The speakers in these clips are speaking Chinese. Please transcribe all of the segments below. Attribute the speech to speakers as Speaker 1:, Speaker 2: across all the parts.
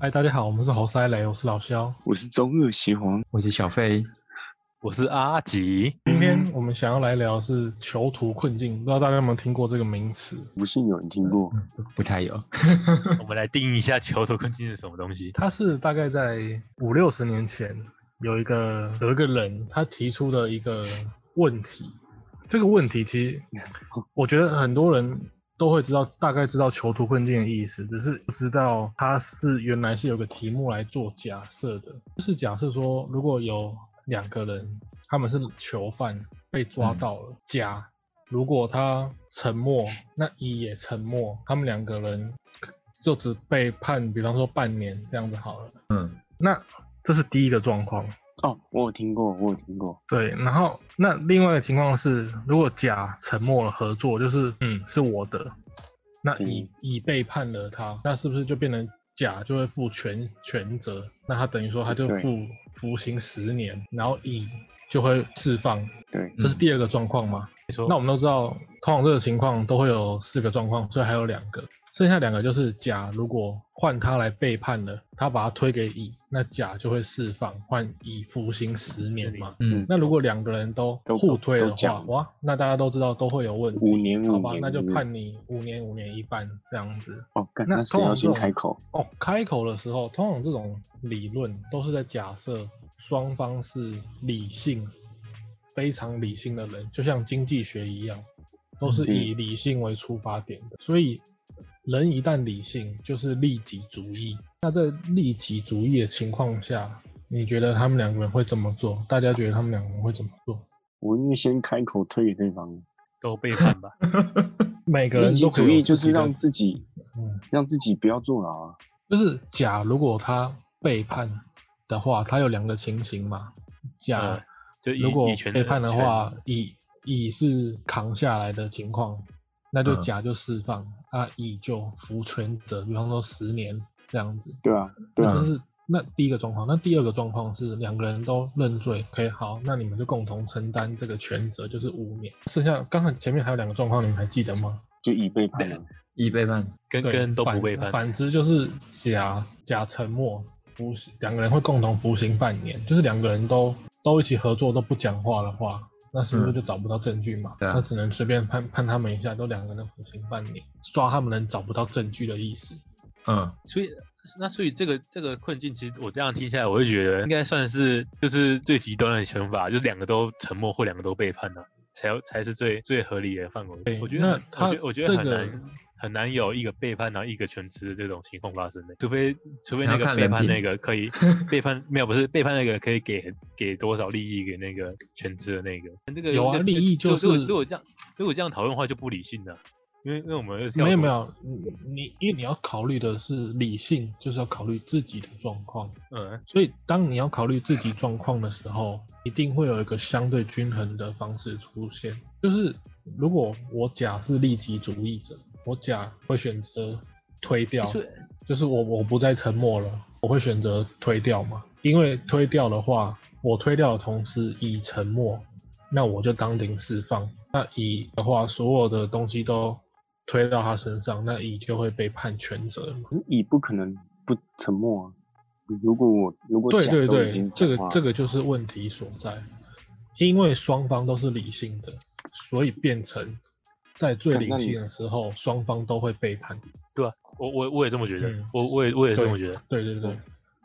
Speaker 1: 嗨，大家好，我们是猴塞雷，我是老肖，
Speaker 2: 我是中二邪皇，
Speaker 3: 我是小费，
Speaker 4: 我是 阿吉。
Speaker 1: 今天我们想要来聊是囚徒困境，不知道大家有没有听过这个名词？
Speaker 2: 不信有人听过。
Speaker 1: 嗯
Speaker 3: 不不太有。
Speaker 4: 我们来定义一下囚徒困境是什么东西。
Speaker 1: 它是大概在五六十年前有一个有一个人他提出的一个问题，这个问题其实我觉得很多人都会知道，大概知道囚徒困境的意思，只是不知道它是原来是有个题目来做假设的，就是假设说如果有两个人他们是囚犯被抓到了，甲如果他沉默，那乙也沉默，他们两个人就只被判，比方说半年这样子好了。
Speaker 3: 嗯，
Speaker 1: 那这是第一个状况。
Speaker 2: 哦，我有听过，我有听过。
Speaker 1: 对，然后那另外一个情况是，如果甲沉默了合作，就是嗯是我的，那
Speaker 2: 嗯
Speaker 1: 乙乙背叛了他，那是不是就变成甲就会负全全责？那他等于说他就
Speaker 2: 对
Speaker 1: 负服刑十年，然后乙就会释放，
Speaker 2: 对，
Speaker 1: 这是第二个状况吗？
Speaker 4: 没错，
Speaker 1: 那我们都知道，通常这个情况都会有四个状况，所以还有两个，剩下两个就是甲如果换他来背叛了，他把他推给乙，那甲就会释放，换乙服刑十年嘛。
Speaker 3: 嗯
Speaker 1: 那如果两个人都
Speaker 2: 都
Speaker 1: 互推
Speaker 2: 都
Speaker 1: 的
Speaker 2: 这
Speaker 1: 话，
Speaker 2: 样
Speaker 1: 哇，那大家都知道都会有问题。
Speaker 2: 五年
Speaker 1: 好
Speaker 2: 五
Speaker 1: 吧，
Speaker 2: 年，
Speaker 1: 那就
Speaker 2: 五年
Speaker 1: 判你五年五年一半这样子。
Speaker 2: 哦，干，
Speaker 1: 那
Speaker 2: 那谁
Speaker 1: 通
Speaker 2: 要
Speaker 1: 常
Speaker 2: 先
Speaker 1: 这种
Speaker 2: 开口？
Speaker 1: 哦，开口的时候，通常这种理论都是在假设双方是理性、非常理性的人，就像经济学一样，都
Speaker 2: 嗯
Speaker 1: 是以理性为出发点的。所以，人一旦理性，就是利己主义。那在利己主义的情况下，你觉得他们两个人会怎么做？大家觉得他们两个人会怎么做？
Speaker 2: 我因为先开口推给对方。
Speaker 4: 都背叛吧。
Speaker 1: 每个
Speaker 2: 利
Speaker 1: 人
Speaker 2: 己
Speaker 1: 都可
Speaker 2: 主
Speaker 1: 以
Speaker 2: 义
Speaker 1: 有
Speaker 2: 就
Speaker 1: 自
Speaker 2: 是
Speaker 1: 己的
Speaker 2: 让自己
Speaker 1: 嗯
Speaker 2: 让自己不要坐牢啊。
Speaker 1: 就是甲如果他背叛的话，他有两个情形嘛。甲、
Speaker 4: 呃就以
Speaker 1: 如果
Speaker 4: 以权
Speaker 1: 背叛的
Speaker 4: 以
Speaker 1: 话，乙乙是扛下来的情况，那就
Speaker 3: 嗯
Speaker 1: 甲就释放，啊乙就服全责，比方说十年这样子。
Speaker 2: 对啊，对
Speaker 1: 那
Speaker 2: 啊
Speaker 1: 这，是那第一个状况。那第二个状况是两个人都认罪，OK，好，那你们就共同承担这个全责，就是五年。剩下刚才前面还有两个状况，你们还记得吗？
Speaker 2: 就已背叛了。
Speaker 3: 一倍半，
Speaker 4: 跟
Speaker 1: 对，
Speaker 4: 跟都不
Speaker 1: 反
Speaker 4: 背叛，
Speaker 1: 反之就是甲甲沉默服刑，两个人会共同服刑半年，就是两个人都都一起合作都不讲话的话，那是不是
Speaker 3: 嗯
Speaker 1: 就找不到证据嘛？
Speaker 3: 对啊
Speaker 1: 那只能随便判判他们一下，都两个人服刑半年，抓他们人找不到证据的意思。
Speaker 3: 嗯，
Speaker 4: 所以那所以这个这个困境，其实我这样听下来，我会觉得应该算是就是最极端的想法，就是两个都沉默或两个都背叛呢、才有才是最最合理的范围。我觉得
Speaker 1: 那
Speaker 4: 很
Speaker 1: 他
Speaker 4: 我觉得我觉得
Speaker 1: 这
Speaker 4: 很
Speaker 1: 个
Speaker 4: 难、很难有一个背叛然后一个全吃的这种情况发生的，除非除非
Speaker 3: 还
Speaker 4: 那
Speaker 3: 要
Speaker 4: 个
Speaker 3: 看
Speaker 4: 背
Speaker 3: 人
Speaker 4: 叛
Speaker 3: 品
Speaker 4: 那个 可以背叛没有不是背叛那个可以给给多少利益给那个全吃的那个，但这个
Speaker 1: 有啊
Speaker 4: 那
Speaker 1: 利益就
Speaker 4: 如果
Speaker 1: 是
Speaker 4: 如果这样如果这样讨论的话就不理性了、因为因为我们
Speaker 1: 没有没有，你因为你要考虑的是理性，就是要考虑自己的状况。
Speaker 4: 嗯
Speaker 1: 所以，当你要考虑自己状况的时候，一定会有一个相对均衡的方式出现。就是如果我甲是利己主义者，我甲会选择推掉，
Speaker 4: 所以
Speaker 1: 就是我我不再沉默了，我会选择推掉嘛。因为推掉的话，我推掉的同时乙沉默，那我就当庭释放。那乙的话，所有的东西都推到他身上，那乙就会被判全责嘛。
Speaker 2: 可是乙不可能不沉默啊。如果我如果
Speaker 1: 对
Speaker 2: 甲
Speaker 1: 对
Speaker 2: 都已
Speaker 1: 对
Speaker 2: 经，
Speaker 1: 这
Speaker 2: 讲
Speaker 1: 个
Speaker 2: 话
Speaker 1: 这个就是问题所在，因为双方都是理性的，所以变成在最
Speaker 2: 干
Speaker 1: 理
Speaker 2: 那你
Speaker 1: 性的时候，双方都会背叛。
Speaker 4: 对啊，我我我也这么觉得，
Speaker 1: 嗯
Speaker 4: 我我也我也这么觉得。
Speaker 1: 对对对，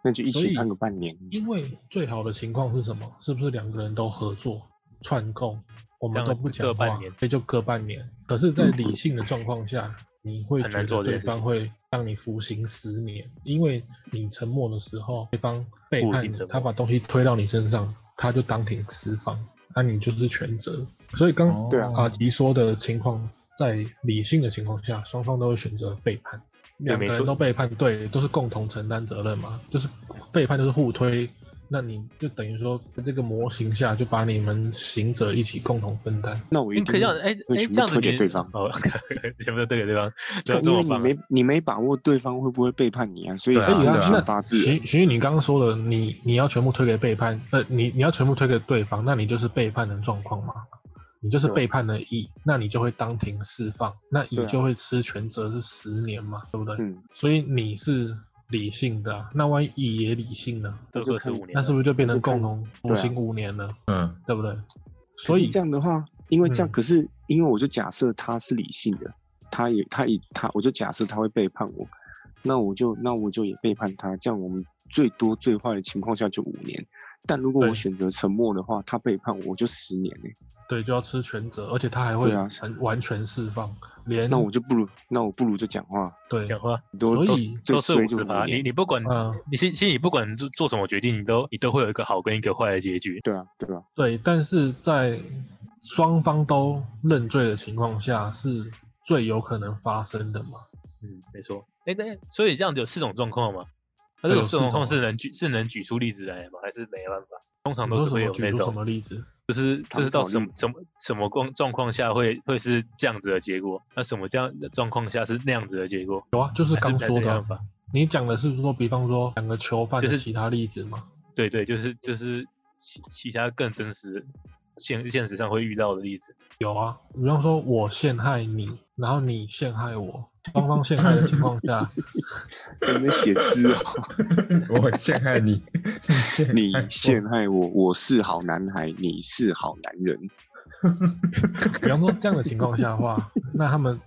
Speaker 2: 那就一
Speaker 1: 所以
Speaker 2: 起判个半年。
Speaker 1: 因为最好的情况是什么？是不是两个人都合作串供，我
Speaker 4: 这
Speaker 1: 们
Speaker 4: 样
Speaker 1: 都不讲
Speaker 4: 各
Speaker 1: 话
Speaker 4: 半年，嗯
Speaker 1: 所以就各半年。可是，在理性的状况下，你会
Speaker 4: 很
Speaker 1: 觉
Speaker 4: 难
Speaker 1: 得
Speaker 4: 做这
Speaker 1: 对
Speaker 4: 件
Speaker 1: 方
Speaker 4: 事
Speaker 1: 会让你服刑十年，因为你沉默的时候，对方背
Speaker 4: 不一
Speaker 1: 叛
Speaker 4: 定
Speaker 1: 你
Speaker 4: 沉，默
Speaker 1: 他把东西推到你身上，他就当庭释放，那、你就是全责。所以
Speaker 3: 嗯
Speaker 1: 刚
Speaker 2: 对啊
Speaker 1: 阿吉说的情况，在理性的情况下，双方都会选择背叛。两个
Speaker 4: 没
Speaker 1: 人
Speaker 4: 错
Speaker 1: 都背叛，对，都是共同承担责任嘛，就是背叛就是互推，那你就等于说在这个模型下，就把你们行者一起共同分担。
Speaker 2: 那我一
Speaker 4: 你
Speaker 2: 定
Speaker 4: 可以这样，哎
Speaker 2: 会
Speaker 4: 哎，
Speaker 2: 全
Speaker 4: 这
Speaker 2: 部
Speaker 4: 样子
Speaker 2: 推给
Speaker 4: 你
Speaker 2: 对方
Speaker 4: 哦，全部都推给对方，这
Speaker 2: 因
Speaker 4: 样这
Speaker 2: 为
Speaker 4: 么
Speaker 2: 你
Speaker 4: 棒啊
Speaker 2: 没你没把握对方会不会背叛你啊，所以
Speaker 3: 对啊
Speaker 1: 可以
Speaker 2: 就
Speaker 1: 啊
Speaker 3: 对啊
Speaker 2: 选
Speaker 1: 那
Speaker 2: 八字
Speaker 1: 徐徐玉，你刚刚说的，你你要全部推给背叛，呃，你你要全部推给对方，那你就是背叛的状况嘛，你就是
Speaker 2: 对
Speaker 1: 背叛了乙，那你就会当庭释放，那乙
Speaker 2: 对啊
Speaker 1: 就会吃全责是十年嘛，对不对？
Speaker 2: 嗯，
Speaker 1: 所以你是理性的啊、那万一乙也理性呢、
Speaker 4: 都
Speaker 2: 就
Speaker 4: 二十
Speaker 2: 看
Speaker 4: 五年
Speaker 1: 那
Speaker 4: 了，
Speaker 1: 是不是就变
Speaker 2: 啊那
Speaker 1: 成
Speaker 2: 就看
Speaker 1: 共同服
Speaker 2: 对啊
Speaker 1: 刑五年了，
Speaker 3: 嗯，
Speaker 1: 对不对？所以
Speaker 2: 可是这样的话，因为这样，
Speaker 1: 嗯
Speaker 2: 可是因为我就假设他是理性的，他也他也他，我就假设他会背叛我，那我就那我就也背叛他，这样我们最多最坏的情况下就五年。但如果
Speaker 1: 对
Speaker 2: 我选择沉默的话，他背叛我，我就十年欸呢、
Speaker 1: 对就要吃全责，而且他还会
Speaker 2: 对啊
Speaker 1: 完完全释放，连
Speaker 2: 那我就不如那我不如就讲话，
Speaker 1: 对
Speaker 4: 讲话
Speaker 2: 都
Speaker 1: 所以
Speaker 2: 最
Speaker 4: 都是
Speaker 2: 衰
Speaker 4: 五
Speaker 2: 就
Speaker 4: 十
Speaker 2: 五
Speaker 4: 趴，你
Speaker 2: 年。
Speaker 4: 你不管
Speaker 1: 嗯
Speaker 4: 你心心里不管做做什么决定，你都你都会有一个好跟一个坏的结局。
Speaker 2: 对啊，对啊，
Speaker 1: 对，但是在双方都认罪的情况下，是最有可能发生的嘛？
Speaker 4: 嗯，没错。哎，那所以这样子有四种状况吗？那这
Speaker 1: 对有
Speaker 4: 种四种
Speaker 1: 四
Speaker 4: 啊
Speaker 1: 种
Speaker 4: 状况是能举是能举出例子来的吗？还是没办法？通常
Speaker 1: 你
Speaker 4: 都
Speaker 1: 说
Speaker 4: 是
Speaker 1: 什
Speaker 4: 会
Speaker 1: 么
Speaker 4: 有那
Speaker 1: 举出什
Speaker 4: 种，
Speaker 1: 么例子？
Speaker 4: 就是就
Speaker 2: 唐
Speaker 4: 是到
Speaker 2: 朝
Speaker 4: 什
Speaker 2: 例
Speaker 4: 么
Speaker 2: 子
Speaker 4: 什么什么状状况下会会是这样子的结果，那什么这样的状况下是那样子的结果，
Speaker 1: 有啊，就是
Speaker 4: 还
Speaker 1: 刚
Speaker 4: 是还
Speaker 1: 说
Speaker 4: 是没
Speaker 1: 的啊。
Speaker 4: 办法。
Speaker 1: 你讲的是说，比方说两个囚犯
Speaker 4: 就
Speaker 1: 的
Speaker 4: 是
Speaker 1: 其他例子嘛？
Speaker 4: 对对，就是就是其其他更真实现现实上会遇到的例子。
Speaker 1: 有啊，比方说我陷害你，然后你陷害我，双方陷害的情况下，
Speaker 2: 在那边写诗哦，
Speaker 3: 我陷害你，
Speaker 2: 你
Speaker 3: 我
Speaker 2: 陷害我，我是好男孩，你是好男人，
Speaker 1: 比方说这样的情况下的话，那他们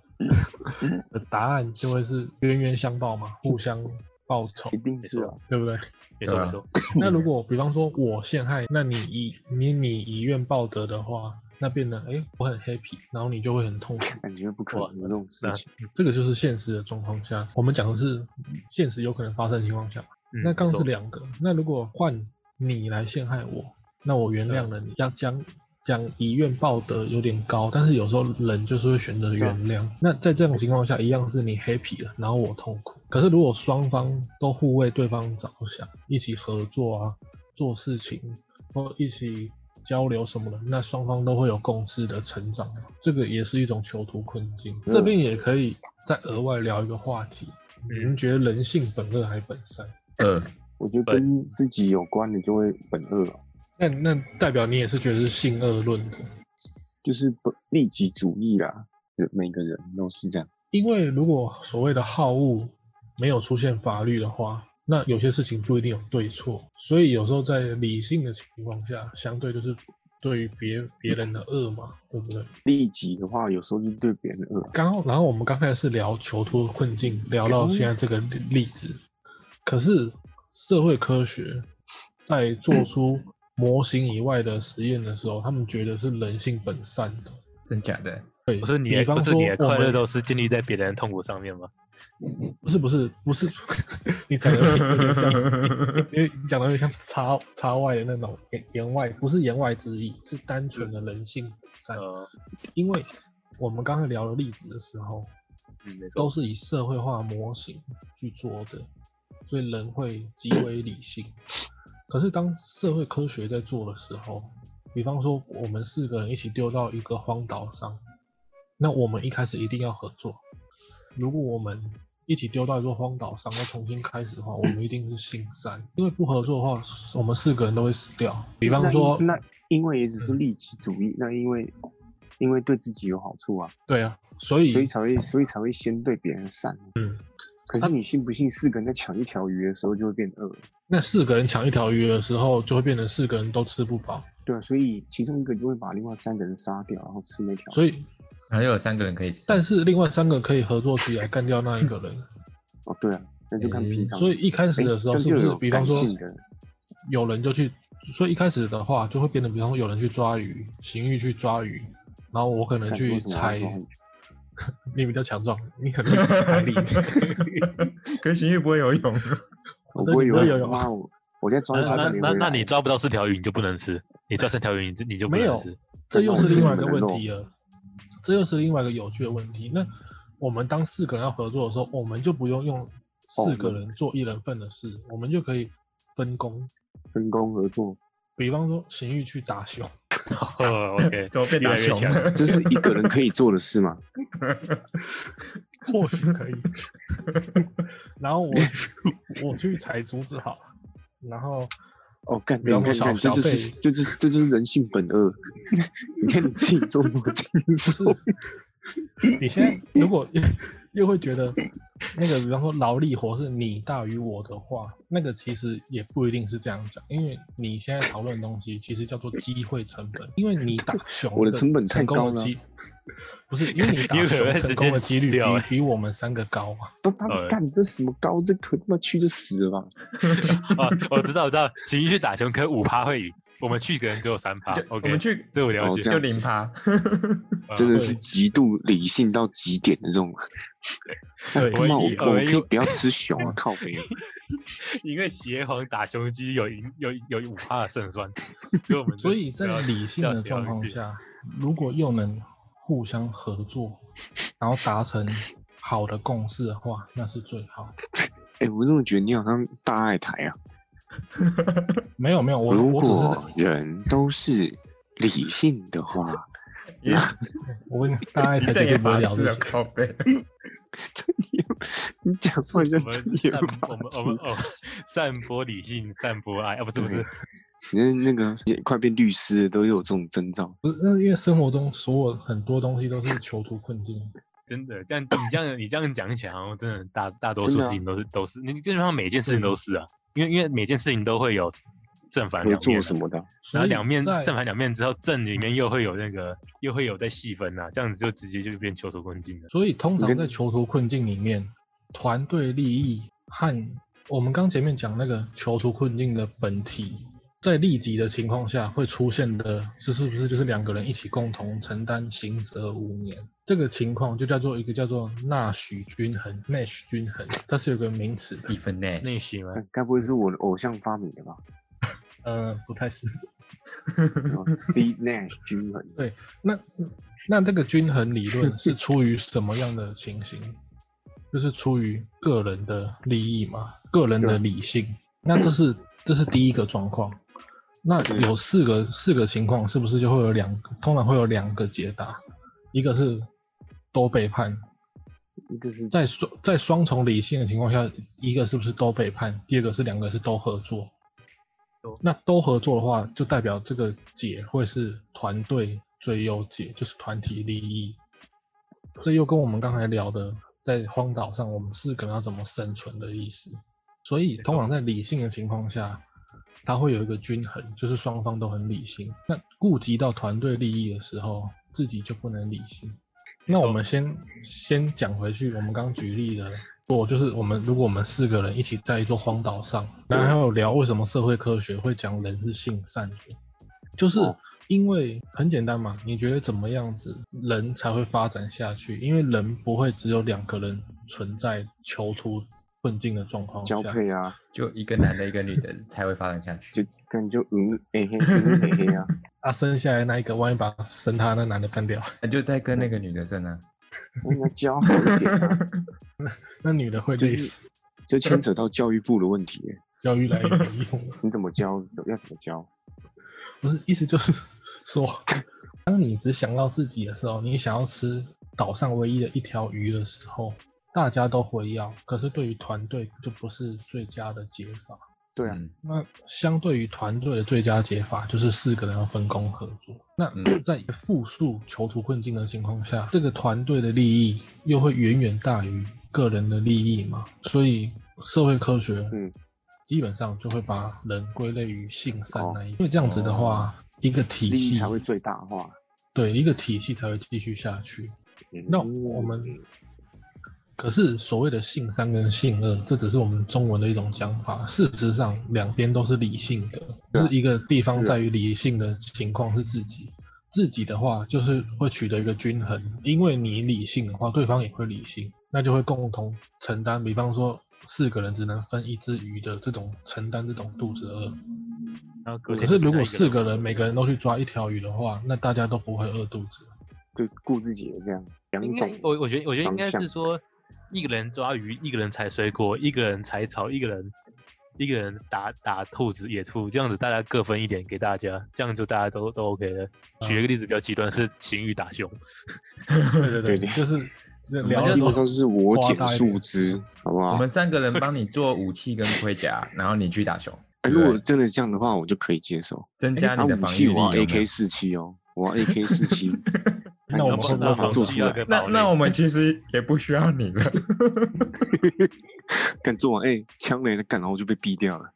Speaker 1: 的答案就会是冤冤相报嘛，互相报仇
Speaker 2: 一，定是啊，
Speaker 1: 对不对？
Speaker 4: 没错
Speaker 3: 对啊
Speaker 4: 没错，
Speaker 1: 那如果比方说我陷害，那你以你你以怨报德的话，那变得哎、诶我很 happy，然后你就会很痛苦。
Speaker 2: 感觉不可能有这种事
Speaker 4: 那
Speaker 2: 情。
Speaker 1: 这个就是现实的状况下，我们讲的是现实有可能发生的情况下。
Speaker 4: 嗯
Speaker 1: 那
Speaker 4: 没
Speaker 1: 刚刚
Speaker 4: 错
Speaker 1: 是两个，那如果换你来陷害我，那我原谅了
Speaker 4: 嗯
Speaker 1: 你。要讲讲以怨报德有点高，但是有时候人就是会选择原
Speaker 4: 啊
Speaker 1: 谅。那在这种情况下，一样是你 happy 了，然后我痛苦。可是如果双方都互为对方着想，一起合作啊，做事情或一起交流什么的，那双方都会有共识的成长嘛。这个也是一种囚徒困境。
Speaker 4: 嗯
Speaker 1: 这边也可以再额外聊一个话题。
Speaker 4: 嗯
Speaker 1: 你们觉得人性本恶还本善？
Speaker 3: 呃，
Speaker 2: 我觉得
Speaker 4: 对
Speaker 2: 跟自己有关的就会本恶啊，
Speaker 1: 那那代表你也是觉得是性恶论的，
Speaker 2: 就是本利己主义啦。人每个人都是这样，
Speaker 1: 因为如果所谓的好恶没有出现法律的话，那有些事情不一定有对错，所以有时候在理性的情况下，相对就是对于别别人的恶嘛，对不对？
Speaker 2: 利己的话有时候就对别人恶啊，
Speaker 1: 刚然后我们刚开始是聊囚徒的困境，聊到现在这个例例子，可是社会科学在做出模型以外的实验的时候，他们觉得是人性本善的。
Speaker 3: 真假 的？
Speaker 1: 对，
Speaker 4: 不是你
Speaker 1: 比
Speaker 4: 的
Speaker 1: 方
Speaker 4: 不
Speaker 1: 说
Speaker 4: 是你的
Speaker 1: 我
Speaker 4: 快乐
Speaker 1: 们
Speaker 4: 都是建立在别人的痛苦上面吗？
Speaker 1: 不是不是不是，你讲的有点有点像，因为你讲的有点像插插外的那种言言外，不是言外之意，是单纯的人性本善。
Speaker 4: 呃，
Speaker 1: 因为我们刚才聊了例子的时候，
Speaker 4: 嗯，没
Speaker 1: 都
Speaker 4: 错，
Speaker 1: 是以社会化模型去做的，所以人会极为理性。可是当社会科学在做的时候，比方说我们四个人一起丢到一个荒岛上，那我们一开始一定要合作。如果我们一起丢到一座荒岛上，要重新开始的话，我们一定是心善，因为不合作的话，我们四个人都会死掉。比方说，嗯
Speaker 2: 那因为也只是利己主义，那因为因为对自己有好处啊，
Speaker 1: 对啊，所以
Speaker 2: 所以才会所以才会先对别人善。哦
Speaker 1: 嗯，
Speaker 2: 可是你信不信，四个人在抢一条鱼的时候就会变恶？
Speaker 1: 那四个人抢一条鱼的时候，就会变成四个人都吃不饱，
Speaker 2: 对啊，所以其中一个就会把另外三个人杀掉，然后吃那条。
Speaker 1: 所以
Speaker 3: 还有三个人可以吃，
Speaker 1: 但是另外三个可以合作起来干掉那一个人，
Speaker 2: 哦，对啊，那就看
Speaker 3: 诶
Speaker 2: 平常。
Speaker 1: 所以一开始的时候
Speaker 2: 诶
Speaker 1: 是不
Speaker 2: 哎这样就是有，
Speaker 1: 比方
Speaker 2: 感
Speaker 1: 说呃
Speaker 2: 性的
Speaker 1: 有人就去，所以一开始的话就会变得，比方说有人去抓鱼，邢玉去抓鱼，然后我可能
Speaker 2: 看
Speaker 1: 去
Speaker 2: 为什么
Speaker 1: 采
Speaker 2: 要，抓鱼
Speaker 1: 你比较强壮，你可 能去海里，
Speaker 3: 可是荀彧不会游泳，
Speaker 2: 我不会
Speaker 1: 你
Speaker 2: 有
Speaker 1: 不会
Speaker 2: 人
Speaker 1: 游泳
Speaker 2: 骂我，我在抓
Speaker 4: 那
Speaker 2: 一抓
Speaker 4: 那
Speaker 2: 就没
Speaker 4: 那
Speaker 2: 回
Speaker 4: 那
Speaker 2: 来
Speaker 4: 你抓不到四条鱼，你就不能吃；你抓三条鱼，你就你就不
Speaker 1: 没有
Speaker 4: 能吃。
Speaker 1: 这又是另外一个问题了，这又是另外一个有趣的问题。那我们当四个人要合作的时候，我们就不用用四个人做一人份的事，我们就可以分工。
Speaker 2: 分工合作，
Speaker 1: 比方说邢玉去打熊，
Speaker 4: 哦 OK，
Speaker 3: 怎么变
Speaker 4: 越
Speaker 3: 打
Speaker 4: 来越
Speaker 3: 熊
Speaker 4: 强？
Speaker 3: 了？
Speaker 2: 这是一个人可以做的事吗？
Speaker 1: 或许可以。 然后我我去采竹子好了，然后
Speaker 2: 哦，干，
Speaker 1: 比方
Speaker 2: 你看
Speaker 1: 说
Speaker 2: 你看
Speaker 1: 小
Speaker 2: 这就是
Speaker 1: 小
Speaker 2: 这就是这就是人性本恶。 你看你自己做多轻
Speaker 1: 不是
Speaker 2: 松，
Speaker 1: 你现在如果又会觉得那个，比方说劳力活是你大于我的话，那个其实也不一定是这样讲，因为你现在讨论的东西其实叫做机会成本，因为你打熊，
Speaker 2: 我的成本太高了啊
Speaker 1: 机，不是因为你打
Speaker 4: 有可能
Speaker 1: 熊
Speaker 4: 会
Speaker 1: 成
Speaker 4: 直
Speaker 1: 功
Speaker 4: 接
Speaker 1: 的几率
Speaker 4: 死掉
Speaker 1: 比
Speaker 4: 欸
Speaker 1: 比我们三个高啊。
Speaker 2: 不，他
Speaker 4: 呃
Speaker 2: 干这什么高，这可他妈去就死了吧？
Speaker 4: 啊，我知道，我知道，秦一去打熊科五趴会赢，我们去一个人只有三趴
Speaker 3: 就。我
Speaker 4: OK，
Speaker 3: 们去
Speaker 4: 这我了
Speaker 2: 哦啊这，
Speaker 4: 解
Speaker 3: 就
Speaker 2: 样子
Speaker 3: 零趴，
Speaker 4: 啊
Speaker 2: 真的
Speaker 1: 对
Speaker 2: 是极度理性到极点的这种。
Speaker 1: 对
Speaker 2: 他妈，
Speaker 4: 我
Speaker 2: 我
Speaker 4: 一
Speaker 2: 我
Speaker 4: 我
Speaker 2: 可
Speaker 4: 一
Speaker 2: 以不要吃熊啊，靠北啊！
Speaker 4: 因为邪皇打雄鸡有赢有有五趴的胜算，所以我们就
Speaker 1: 所以在
Speaker 4: 不要
Speaker 1: 理性
Speaker 4: 叫
Speaker 1: 的
Speaker 4: 邪
Speaker 1: 状
Speaker 4: 皇
Speaker 1: 况
Speaker 4: 去
Speaker 1: 下，如果又能互相合作，然后达成好的共识的话，那是最好。
Speaker 2: 哎、我怎么觉得你好像大爱台啊？
Speaker 1: 没有没有，我
Speaker 2: 如
Speaker 1: 我只是
Speaker 2: 果人都是理性的话，
Speaker 3: 也
Speaker 1: 我问你，大概才
Speaker 3: 这
Speaker 1: 解
Speaker 3: 也
Speaker 1: 决不
Speaker 3: 法
Speaker 1: 了这
Speaker 3: 师啊，
Speaker 1: 些。
Speaker 3: 靠背。
Speaker 2: 真的有你讲
Speaker 4: 我
Speaker 2: 话
Speaker 4: 们
Speaker 2: 像
Speaker 4: 散
Speaker 2: 真的有
Speaker 4: 我
Speaker 2: 法
Speaker 4: 们我们
Speaker 2: 子，
Speaker 4: 哦，散播理性，散播爱啊，不是不是
Speaker 2: 对，你看那个也快变律师了都有这种征兆。
Speaker 1: 不是，那是因为生活中所有很多东西都是囚徒困境。
Speaker 4: 真的，这样你这样你这样讲起来，好像真的大大多
Speaker 2: 真
Speaker 4: 数
Speaker 2: 的
Speaker 4: 事
Speaker 2: 啊
Speaker 4: 情都是都是，你基本上每件事情都是啊，因为因为每件事情都会有正反
Speaker 2: 合
Speaker 4: 两面
Speaker 2: 作
Speaker 4: 啊，
Speaker 2: 什么的，
Speaker 1: 所
Speaker 4: 然后
Speaker 1: 以
Speaker 4: 两面
Speaker 1: 在
Speaker 4: 正反两面之后，正里面又会有那个又会有在细分啊呐、这样子就直接就变囚徒困境了。
Speaker 1: 所以通
Speaker 2: 你
Speaker 1: 常
Speaker 2: 跟
Speaker 1: 在囚徒困境里面，团队利益和我们刚前面讲那个囚徒困境的本体，在利己的情况下会出现的是是不是就是两个人一起共同承担刑责五年？这个情况就叫做一个叫做纳许均衡 （Nash 均衡），它是有个名词的。
Speaker 3: 蒂芬内
Speaker 4: 内心啊，
Speaker 2: 该不会是我的偶像发明的吧
Speaker 1: 呃，不太是。
Speaker 2: 哦？Steve Nash 均衡，
Speaker 1: 那那这个均衡理论是出于什么样的情形？就是出于个人的利益嘛，个人的
Speaker 2: 对
Speaker 1: 理性。那这是这是第一个状况。那有四个四个情况，是不是就会有两个？通常会有两个解答，一个是都背叛，
Speaker 2: 一个是
Speaker 1: 在双在双重理性的情况下，一个是不是都背叛？第二个是两个是都合作
Speaker 4: 都。
Speaker 1: 那都合作的话，就代表这个解会是团队最优解，就是团体利益。这又跟我们刚才聊的，在荒岛上我们四个人要怎么生存的意思。所以通常在理性的情况下，它会有一个均衡，就是双方都很理性。那顾及到团队利益的时候，自己就不能理性。那我们先先讲回去，我们刚举例的，我就是我们如果我们四个人一起在一座荒岛上，然后还有聊为什么社会科学会讲人是性善的，就是
Speaker 2: 哦
Speaker 1: 因为很简单嘛，你觉得怎么样子人才会发展下去？因为人不会只有两个人存在囚徒困境的状况下，
Speaker 2: 交配啊，
Speaker 3: 就一个男的，一个女的才会发展下
Speaker 2: 就
Speaker 3: 去。
Speaker 2: 感觉嗯嘿嘿嗯嘿嘿啊，
Speaker 1: 啊，生下来那一个，万一把生他那男的干掉，
Speaker 3: 那就再跟那个女的争啊。
Speaker 2: 那应该教好一点啊，
Speaker 1: 那女的会
Speaker 2: 就
Speaker 1: 累
Speaker 2: 是
Speaker 1: 死，
Speaker 2: 这牵扯到教育部的问题耶，
Speaker 1: 教育来也没用。
Speaker 2: 你怎么教，要怎么教？
Speaker 1: 不是，意思就是 说，当你只想到自己的时候，你想要吃岛上唯一的一条鱼的时候，大家都会要，可是对于团队就不是最佳的解法。
Speaker 2: 对啊，
Speaker 3: 嗯，
Speaker 1: 那相对于团队的最佳解法，就是四个人要分工合作。那
Speaker 3: 嗯
Speaker 1: 在复数囚徒困境的情况下，这个团队的利益又会远远大于个人的利益嘛？所以社会科学，
Speaker 2: 嗯，
Speaker 1: 基本上就会把人归类于性善
Speaker 2: 哦
Speaker 1: 那一，因为这样子的话，一个体
Speaker 2: 利益
Speaker 1: 系
Speaker 2: 才会最大化。
Speaker 1: 对一个体系才会继续下去。那我
Speaker 2: 嗯
Speaker 1: 们可是所谓的性三跟性二，这只是我们中文的一种讲法。事实上，两边都是理性的，
Speaker 2: 是啊
Speaker 1: 是一个地方
Speaker 2: 是啊
Speaker 1: 在于理性的情况是自己。自己的话就是会取得一个均衡，因为你理性的话，对方也会理性，那就会共同承担。比方说，四个人只能分一只鱼的这种承担这种肚子饿，
Speaker 4: 然后隔
Speaker 1: 可
Speaker 4: 天
Speaker 1: 是
Speaker 4: 只
Speaker 1: 如
Speaker 4: 剩
Speaker 1: 果
Speaker 4: 下一
Speaker 1: 四个人每个人都去抓一条鱼的话，那大家都不会饿肚子。
Speaker 2: 就顾自己的这样两
Speaker 4: 应该
Speaker 2: 种，
Speaker 4: 我我觉得我觉得应该
Speaker 2: 方向
Speaker 4: 是说，一个人抓鱼，一个人采水果，一个人采草，一个人一个人打打兔子、野兔，这样子大家各分一点给大家，这样就大家都都 OK 了。举
Speaker 1: 嗯
Speaker 4: 一个例子比较极端是情欲打熊，
Speaker 1: 对对
Speaker 2: 对对
Speaker 1: 就是
Speaker 3: 我
Speaker 1: 聊
Speaker 3: 们
Speaker 1: 得
Speaker 2: 基本
Speaker 1: 多
Speaker 2: 上是我
Speaker 1: 夸
Speaker 2: 捡
Speaker 1: 大一点
Speaker 2: 树枝，好不
Speaker 3: 我
Speaker 2: 好？
Speaker 3: 们三个人帮 你做武器跟盔甲，然后你去打熊，
Speaker 2: 哎，如果真的这样的话，我就可以接受。
Speaker 3: 增
Speaker 2: 哎
Speaker 3: 加
Speaker 2: 啊
Speaker 3: 你的
Speaker 2: 武
Speaker 3: 防
Speaker 2: 器
Speaker 3: 御力
Speaker 2: 我要
Speaker 3: 有没 有。
Speaker 2: AK 四七哦，我要 AK 四七，还
Speaker 1: 那我
Speaker 4: 要
Speaker 1: 们
Speaker 4: 帮
Speaker 1: 是
Speaker 4: 他
Speaker 1: 不
Speaker 4: 防
Speaker 1: 做
Speaker 4: 第
Speaker 2: 出
Speaker 4: 二
Speaker 2: 来
Speaker 4: 个
Speaker 3: 那
Speaker 4: 堡
Speaker 3: 那我
Speaker 4: 垒。
Speaker 3: 们其实也不需要你了，
Speaker 2: 干做完哎，枪雷的干，然后我就被毙掉了。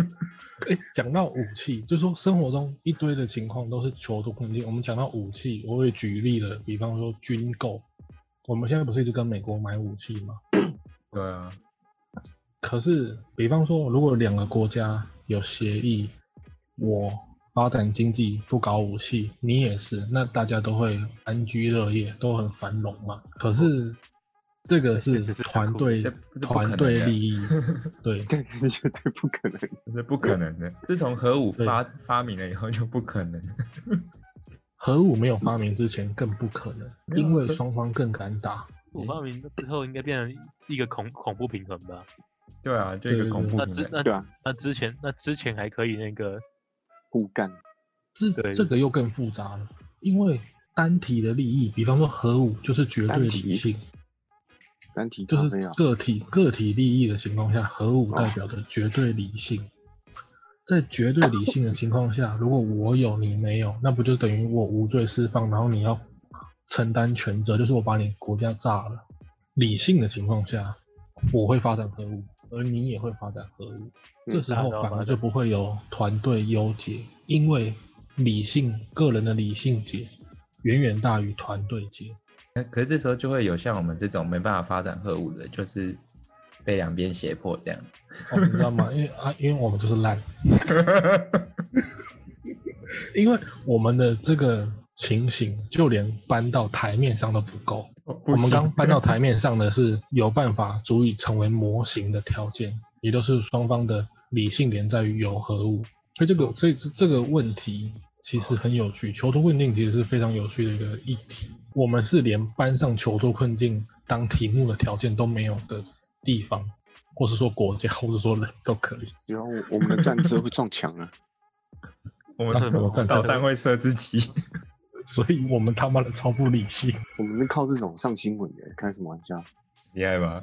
Speaker 1: 哎，讲到武器，就说生活中一堆的情况都是求助困境。我们讲到武器，我也举例了，比方说军购，我们现在不是一直跟美国买武器吗？
Speaker 3: 对啊，
Speaker 1: 可是，比方说，如果两个国家有协议，我发展经济不搞武器，你也是，那大家都会安居乐业，都很繁荣嘛。可是，这个是
Speaker 4: 这是
Speaker 1: 团队
Speaker 3: 这这不可能
Speaker 1: 团
Speaker 3: 的
Speaker 1: 队利 益，对，
Speaker 2: 但是绝对不可能。
Speaker 3: 这不可能的。自从核武
Speaker 1: 对
Speaker 3: 发发明了以后就不可能。
Speaker 1: 核武没有发明之前更不可能，
Speaker 3: 没有
Speaker 1: 因为
Speaker 3: 核
Speaker 1: 双方更敢打。
Speaker 4: 我发明之后应该变成一个恐恐怖平衡吧？
Speaker 3: 对啊，就一个
Speaker 1: 对
Speaker 3: 恐怖
Speaker 4: 那
Speaker 3: 平
Speaker 4: 之
Speaker 3: 衡。
Speaker 4: 那
Speaker 2: 对啊，
Speaker 4: 那之前那之前还可以那个
Speaker 2: 互干。
Speaker 1: 这
Speaker 4: 对
Speaker 1: 这个又更复杂了，因为单体的利益，比方说核武就是绝对
Speaker 2: 单体
Speaker 1: 理性，
Speaker 2: 单体
Speaker 1: 就
Speaker 2: 咖
Speaker 1: 是
Speaker 2: 啡啊，
Speaker 1: 个体个体利益的情况下，核武
Speaker 4: 哦
Speaker 1: 代表的绝对理性。在绝对理性的情况下，如果我有你没有，那不就等于我无罪释放，然后你要承担全责，就是我把你国家炸了。理性的情况下，我会发展核武，而你也会发展核武，这时候
Speaker 4: 嗯大家都要
Speaker 1: 反
Speaker 4: 发
Speaker 1: 而
Speaker 4: 展
Speaker 1: 就不会有团队纠结，因为理性个人的理性解远远大于团队解。
Speaker 3: 那可是这时候就会有像我们这种没办法发展核武的，就是被两边胁迫这样。
Speaker 1: 哦，你知道吗？因为啊，因为我们就是烂，因为我们的这个情形，就连搬到台面上都不够。我
Speaker 3: 我
Speaker 1: 们刚搬到台面上的是有办法足以成为模型的条件，也就是双方的理性点在于有核武。所以这
Speaker 3: 哦
Speaker 1: 个这这这个问题其实很有趣，囚徒困境其实是非常有趣的一个议题。我们是连搬上囚徒困境当题目的条件都没有的地方，或是说国家，或是说人都可以。
Speaker 2: 然后我们的战车会撞墙啊。
Speaker 3: 我
Speaker 1: 啊
Speaker 3: 们
Speaker 1: 什么战
Speaker 3: 导
Speaker 1: 争
Speaker 3: 弹会射自己。
Speaker 1: 所以我们他妈的超不理性。
Speaker 2: 我们是靠这种上新闻的，开什么玩笑？
Speaker 3: 厉害吧？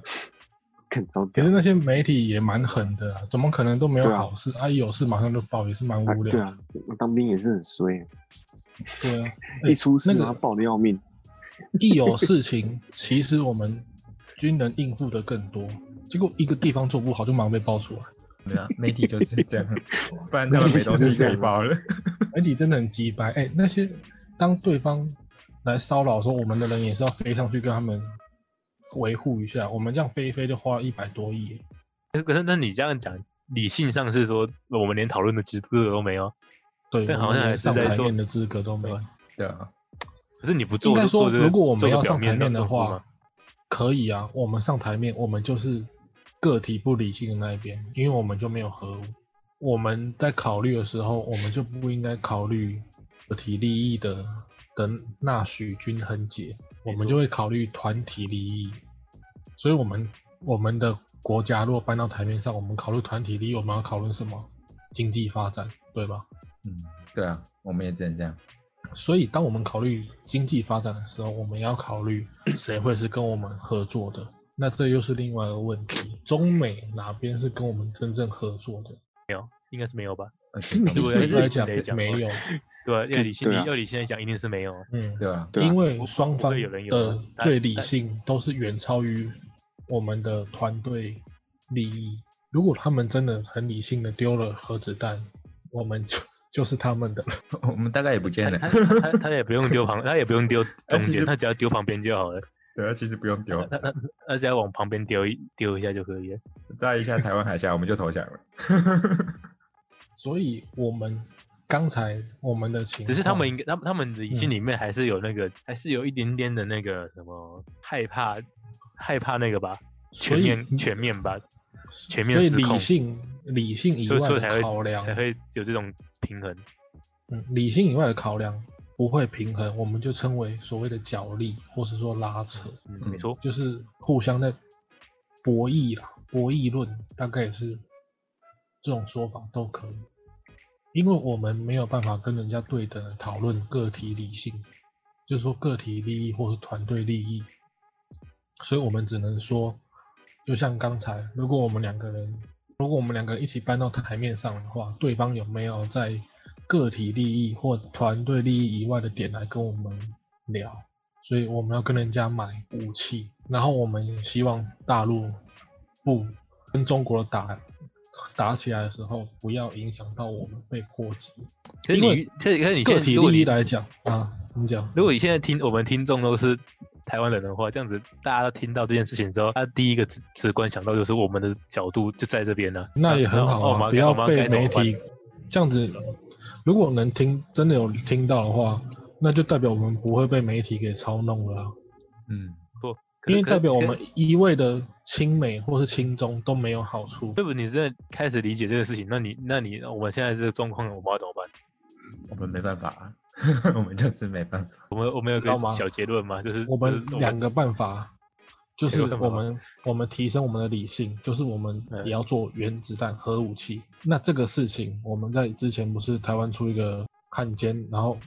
Speaker 2: 更糟
Speaker 1: 可
Speaker 2: 糕
Speaker 1: 是。那些媒体也蛮狠的、啊，怎么可能都没有
Speaker 2: 对啊
Speaker 1: 好事？啊，一有事马上就报，也是蛮
Speaker 2: 啊
Speaker 1: 无，聊
Speaker 2: 对
Speaker 1: 的。
Speaker 2: 啊，当兵也是很衰欸，
Speaker 1: 对啊，哎
Speaker 2: 一出事
Speaker 1: 那个
Speaker 2: 他爆的要命。
Speaker 1: 一有事情，其实我们军人应付的更多，结果一个地方做不好就马上被爆出来，
Speaker 3: 对啊，媒体就是这样， 不然他们没东西可以报了。
Speaker 1: 而且真的很鸡掰。哎、那些当对方来骚扰的时候，我们的人也是要飞上去跟他们维护一下。我们这样飞一飞就花了一百多亿耶，
Speaker 4: 可是那你这样讲，理性上是说我们连讨论的资格都没有，
Speaker 1: 对，
Speaker 4: 但
Speaker 1: 我
Speaker 4: 好
Speaker 1: 们
Speaker 4: 像
Speaker 1: 连
Speaker 4: 还是
Speaker 1: 上
Speaker 4: 在
Speaker 1: 台
Speaker 4: 做
Speaker 1: 面的资格都没有。
Speaker 3: 对啊，
Speaker 4: 可是你不
Speaker 1: 应
Speaker 4: 做
Speaker 1: 该
Speaker 4: 就
Speaker 1: 说，
Speaker 4: 做这个，
Speaker 1: 如果我
Speaker 4: 做
Speaker 1: 们
Speaker 4: 个
Speaker 1: 要
Speaker 4: 表
Speaker 1: 上台面的
Speaker 4: 动作
Speaker 1: 话
Speaker 4: 嘛，
Speaker 1: 可以啊，我们上台面，我们就是个体不理性的那一边，因为我们就没有核武。我们在考虑的时候，我们就不应该考虑个体利益的的纳许均衡解，我们就会考虑团体利益。所以，我们我们的国家如果搬到台面上，我们考虑团体利益，我们要讨论什么？经济发展，对吧？
Speaker 3: 嗯，对啊，我们也只能这样。
Speaker 1: 所以，当我们考虑经济发展的时候，我们要考虑谁会是跟我们合作的。那这又是另外一个问题，中美哪边是跟我们真正合作的？
Speaker 4: 应该是没有吧？
Speaker 3: 而且
Speaker 1: 以
Speaker 4: 对啊
Speaker 1: 这
Speaker 4: 这
Speaker 1: 来
Speaker 4: 个
Speaker 1: 讲
Speaker 4: 得讲
Speaker 1: 没
Speaker 4: 话
Speaker 1: 有，
Speaker 4: 对啊，要理性
Speaker 2: 对啊
Speaker 4: 要理性来讲，一定是没有。
Speaker 1: 嗯，
Speaker 3: 对啊，
Speaker 2: 对啊
Speaker 1: 因为双方
Speaker 4: 不会有人有
Speaker 1: 的
Speaker 4: 但
Speaker 1: 最理
Speaker 4: 但
Speaker 1: 性都是远超于我们的团队利益。如果他们真的很理性的丢了核子弹，我们就就是他们的了。
Speaker 3: 我们大概也不见了
Speaker 4: 他。他他他也不用丢旁，他也不 用丢中
Speaker 3: 其
Speaker 4: 间，
Speaker 3: 实
Speaker 4: 他只要丢旁边就好了，
Speaker 3: 对啊，其实不用丢，
Speaker 4: 他他他只要往旁边丢一丢一下就可以了。
Speaker 3: 炸一下台湾海峡我们就投 降了。
Speaker 1: 所以我们刚才我们的情况，
Speaker 4: 只是他们应该，他们他们的心
Speaker 1: 哦嗯
Speaker 4: 里面还是有那个，还是有一点点的那个什么害怕，害怕那个吧，
Speaker 1: 所
Speaker 4: 全
Speaker 1: 以
Speaker 4: 面
Speaker 1: 你
Speaker 4: 全面吧，全面
Speaker 1: 所以
Speaker 4: 失控
Speaker 1: 理性理性以
Speaker 4: 所以
Speaker 1: 外
Speaker 4: 所以才
Speaker 1: 的
Speaker 4: 会
Speaker 1: 考量
Speaker 4: 才，会有这种平衡。
Speaker 1: 嗯，理性以外的考量不会平衡，我们就称为所谓的角力，或是说拉扯，
Speaker 4: 嗯，没
Speaker 3: 嗯
Speaker 4: 错，
Speaker 1: 就是互相在博弈啦，博弈论大概也是这种说法都可以，因为我们没有办法跟人家对等的讨论个体理性，就是说个体利益或是团队利益，所以我们只能说，就像刚才，如果我们两个人，如果我们两个人一起搬到台面上的话，对方有没有在个体利益或团队利益以外的点来跟我们聊，所以我们要跟人家买武器，然后我们希望大陆不跟中国打打起来的时候，不要影响到我们被波及。
Speaker 4: 可是
Speaker 1: 因
Speaker 4: 你
Speaker 1: 为
Speaker 4: 遇，可是可是你现
Speaker 1: 个
Speaker 4: 在，
Speaker 1: 体
Speaker 4: 如果
Speaker 1: 利益
Speaker 4: 你
Speaker 1: 来讲啊，你讲
Speaker 4: 如果你现在听我们听众都是台湾人的话，这样子大家听到这件事情之后，他第一个直直观想到就是我们的角度就在这边了，
Speaker 1: 那也很好
Speaker 4: 我
Speaker 1: 啊，
Speaker 4: 们
Speaker 1: 不要
Speaker 4: 我们
Speaker 1: 被
Speaker 4: 该怎么
Speaker 1: 媒
Speaker 4: 办
Speaker 1: 体这样子。如果能听，真的有听到的话，那就代表我们不会被媒体给操弄了啊、
Speaker 3: 嗯，
Speaker 4: 可
Speaker 1: 因为
Speaker 4: 可
Speaker 1: 代表我
Speaker 4: 可
Speaker 1: 们一味的亲美或是亲中都没有好处。
Speaker 4: 对不？你真的开始理解这个事情，那你那你我们现在这个状况，我们要怎么办？
Speaker 3: 我们没办法、啊， 我们就是没办法。
Speaker 4: 我们我们有
Speaker 1: 知道
Speaker 4: 个
Speaker 1: 吗
Speaker 4: 小结论嘛，就是
Speaker 1: 我们
Speaker 4: 就是
Speaker 1: 两个办法，就是
Speaker 4: 两个办法
Speaker 1: 我们我们提升我们的理性，就是我们
Speaker 4: 嗯
Speaker 1: 也要做原子弹核武器。那这个事情，我们在之前不是台湾出一个汉奸，然后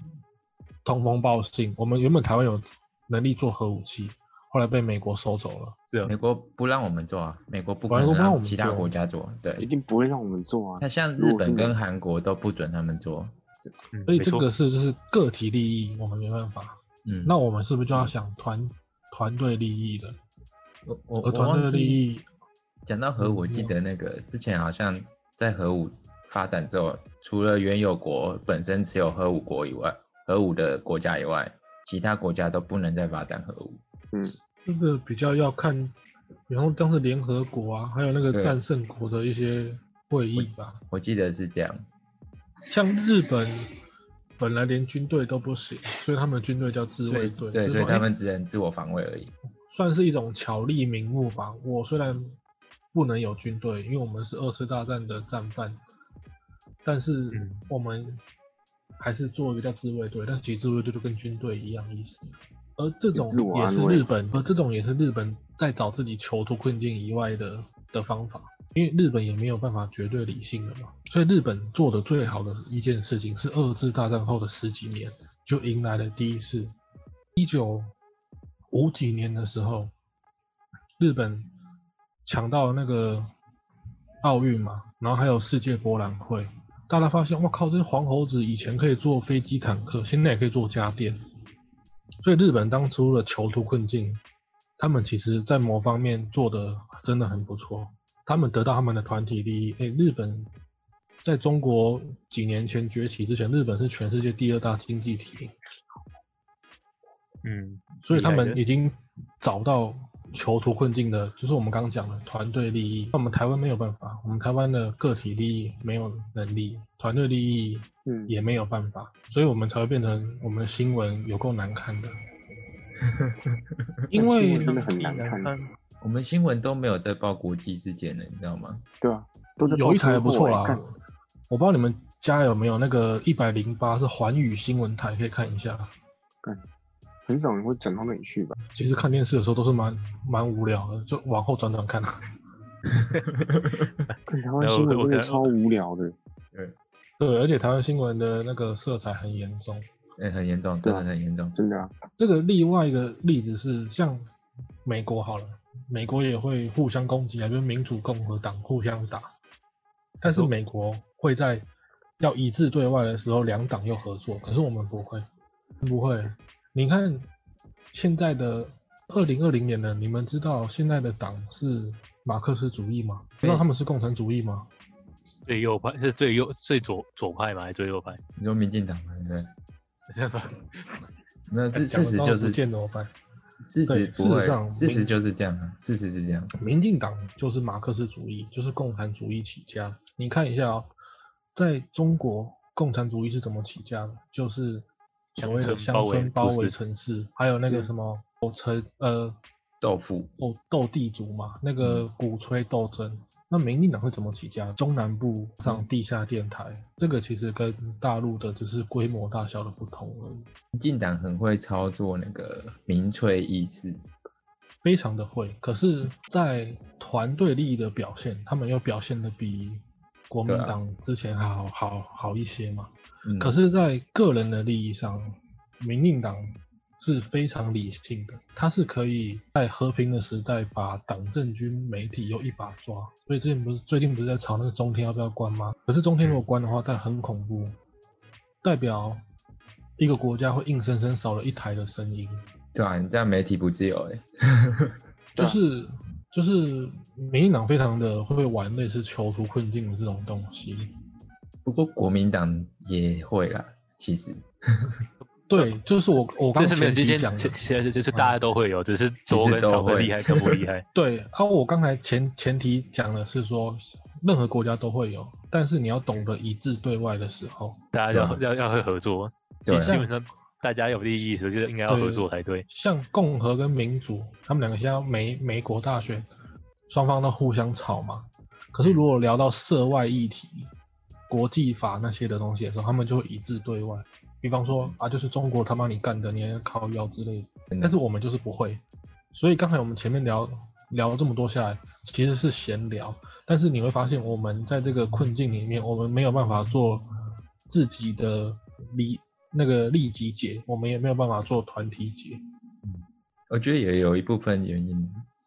Speaker 1: 通风报信。我们原本台湾有能力做核武器，后来被美国收走了。
Speaker 4: 是啊
Speaker 3: 美国不让我们做啊，美国不可
Speaker 1: 美国
Speaker 3: 能
Speaker 1: 不让我
Speaker 3: 让
Speaker 1: 们
Speaker 3: 其他
Speaker 1: 做
Speaker 3: 国家做。
Speaker 2: 一
Speaker 3: 对，
Speaker 2: 定不会让我们做啊
Speaker 3: 那。像
Speaker 2: 如
Speaker 3: 日
Speaker 2: 果是
Speaker 3: 本
Speaker 2: 美
Speaker 3: 跟韩国都不准他们做。
Speaker 4: 嗯
Speaker 1: 所以
Speaker 4: 没
Speaker 1: 这
Speaker 4: 错
Speaker 1: 个事就是个体利益，我们没办法。
Speaker 3: 嗯，
Speaker 1: 那我们是不是就要想团团队利益了？
Speaker 3: 我我
Speaker 1: 而
Speaker 3: 我
Speaker 1: 团队利
Speaker 3: 忘记
Speaker 1: 益
Speaker 3: 讲到核武，我记
Speaker 1: 嗯
Speaker 3: 得那个之前好像在核武发展之后，除了原有国本身持有核武国以外，核武的国家以外，其他国家都不能再发展核武。
Speaker 1: 这个比较要看，然后当时联合国啊，还有那个
Speaker 3: 对
Speaker 1: 战胜国的一些会议吧。
Speaker 3: 我记得是这样。
Speaker 1: 像日本本来连军队都不行，所以他们军队叫自
Speaker 3: 所
Speaker 1: 卫
Speaker 3: 以
Speaker 1: 队，
Speaker 3: 对，
Speaker 1: 就是
Speaker 3: 所以
Speaker 1: 说
Speaker 3: 他
Speaker 1: 哎
Speaker 3: 们只能自我防卫而已。
Speaker 1: 算是一种巧立名目吧。我虽然不能有军队，因为我们是二次大战的战犯，但是
Speaker 4: 嗯
Speaker 1: 我们还是做一个叫自卫队，但是其实自卫队就跟军队一样意思。而这种
Speaker 2: 自我
Speaker 1: 也是
Speaker 2: 安慰
Speaker 1: 日本，而这种也是日本在找自己求脱困境以外的的方法，因为日本也没有办法绝对理性的嘛。所以日本做的最好的一件事情是二次大战后的十几年，就迎来了第一次。一九五几年的时候，日本抢到那个奥运嘛，然后还有世界博览会，大家发现，哇靠，这些黄猴子以前可以做飞机、坦克，现在也可以做家电。所以日本当初的囚徒困境，他们其实在某方面做的真的很不错，他们得到他们的团体利益。诶，日本在中国几年前崛起之前，日本是全世界第二大经济体，
Speaker 4: 嗯，
Speaker 1: 所以他
Speaker 4: 厉害
Speaker 1: 们
Speaker 4: 的
Speaker 1: 已经找到囚徒困境的，就是我们刚刚讲的团队利益。那我们台湾没有办法，我们台湾的个体利益没有能力，团队利益
Speaker 2: 嗯
Speaker 1: 也没有办法，所以我们才会变成我们的新闻有够难看 的。因
Speaker 2: 但新
Speaker 1: 为
Speaker 2: 闻真的很难看
Speaker 3: 我们新闻都没有在报国际事件了，你知道吗？
Speaker 2: 对啊，都在
Speaker 1: 有一台
Speaker 2: 台
Speaker 1: 还不错啦
Speaker 2: 欸干，
Speaker 1: 我不知道你们家有没有那个一百零八是环宇新闻台，可以看一下。
Speaker 2: 很少人会转到那里去吧？
Speaker 1: 其实看电视的时候都是蛮蛮无聊的，就往后转转看。
Speaker 2: 看台湾新闻真的超无聊的，
Speaker 1: 对，而且台湾新闻的那个色彩很严重。
Speaker 3: 嗯，很严重，
Speaker 2: 对
Speaker 3: 真
Speaker 2: 啊
Speaker 3: 的很严重。
Speaker 2: 真的啊。
Speaker 1: 这个另外一个例子是，像美国好了，美国也会互相攻击啊，就是民主共和党互相打，但是美国会在要一致对外的时候，两党又合作，可是我们不会，不会。你看现在的二零二零年的，你们知道现在的党是马克思主义吗？知道他们是共产主义吗？
Speaker 4: 最右派是最右最左左派嘛，还是最右派？
Speaker 3: 你说民进党嘛，对不对？
Speaker 4: 是这样吧？
Speaker 3: 没有，事
Speaker 1: 哎讲
Speaker 3: 事实
Speaker 1: 到
Speaker 3: 就
Speaker 1: 不
Speaker 3: 是
Speaker 1: 见怎么办？
Speaker 3: 事实
Speaker 1: 对
Speaker 3: 不
Speaker 1: 事实
Speaker 3: 会，
Speaker 1: 上
Speaker 3: 事实
Speaker 1: 民
Speaker 3: 就是这样啊，事实是这样。
Speaker 1: 民进党就是马克思主义，就是共产主义起家。你看一下哦，在中国共产主义是怎么起家的？就是所谓的
Speaker 4: 乡村
Speaker 1: 乡
Speaker 4: 包围
Speaker 1: 村包
Speaker 4: 都
Speaker 1: 围
Speaker 4: 市
Speaker 1: 城市，还有那个
Speaker 2: 嗯
Speaker 1: 什么斗城呃
Speaker 3: 豆腐，
Speaker 1: 斗斗地主嘛，那
Speaker 4: 嗯
Speaker 1: 个鼓吹斗争。那民进党会怎么起家？中南部
Speaker 4: 嗯
Speaker 1: 上地下电台，这个其实跟大陆的只是规模大小的不同而已，
Speaker 3: 民进党很会操作那个民粹意识，
Speaker 1: 非常的会。可是，在团队利益的表现，他们又表现的比国民
Speaker 3: 对啊
Speaker 1: 党之前还好、好好一些嘛。
Speaker 3: 嗯，
Speaker 1: 可是，在个人的利益上，民进党是非常理性的，它是可以在和平的时代把党政军媒体又一把抓。所以之前不是最近不是在吵那个中天要不要关吗？可是中天如果关的话，但很恐怖，代表一个国家会硬生生少了一台的声音，
Speaker 3: 对吧、你这样媒体不自由哎、
Speaker 2: 对
Speaker 1: 就
Speaker 2: 啊
Speaker 1: 是就是民进党非常的会玩类似囚徒困境的这种东西。
Speaker 3: 不过国民党也会啦，其实
Speaker 1: 对，就是我我刚
Speaker 4: 这是没有
Speaker 1: 前
Speaker 4: 今
Speaker 1: 期
Speaker 4: 天
Speaker 1: 讲的
Speaker 4: 前，前就是大家都会有，只是多跟少会厉害跟不厉害。
Speaker 1: 对啊，我刚才前前提讲的是说，任何国家都会有，但是你要懂得一致对外的时候，
Speaker 4: 大家要要要会合作，
Speaker 3: 对
Speaker 4: 基
Speaker 3: 啊
Speaker 1: 像
Speaker 4: 本上大家有利益的时候就应该要合作才对。
Speaker 1: 像共和跟民主，他们两个现在美美国大选，双方都互相吵嘛。可是如果聊到涉外议题、国际法那些的东西的时候，他们就会一致对外。比方说啊，就是中国他妈你干的，你还靠腰之类的。
Speaker 3: 真的
Speaker 1: 但是我们就是不会。所以刚才我们前面聊聊了这么多下来，其实是闲聊，但是你会发现我们在这个困境里面，我们没有办法做自己的理那个利己解，我们也没有办法做团体解。
Speaker 3: 我觉得也有一部分原因，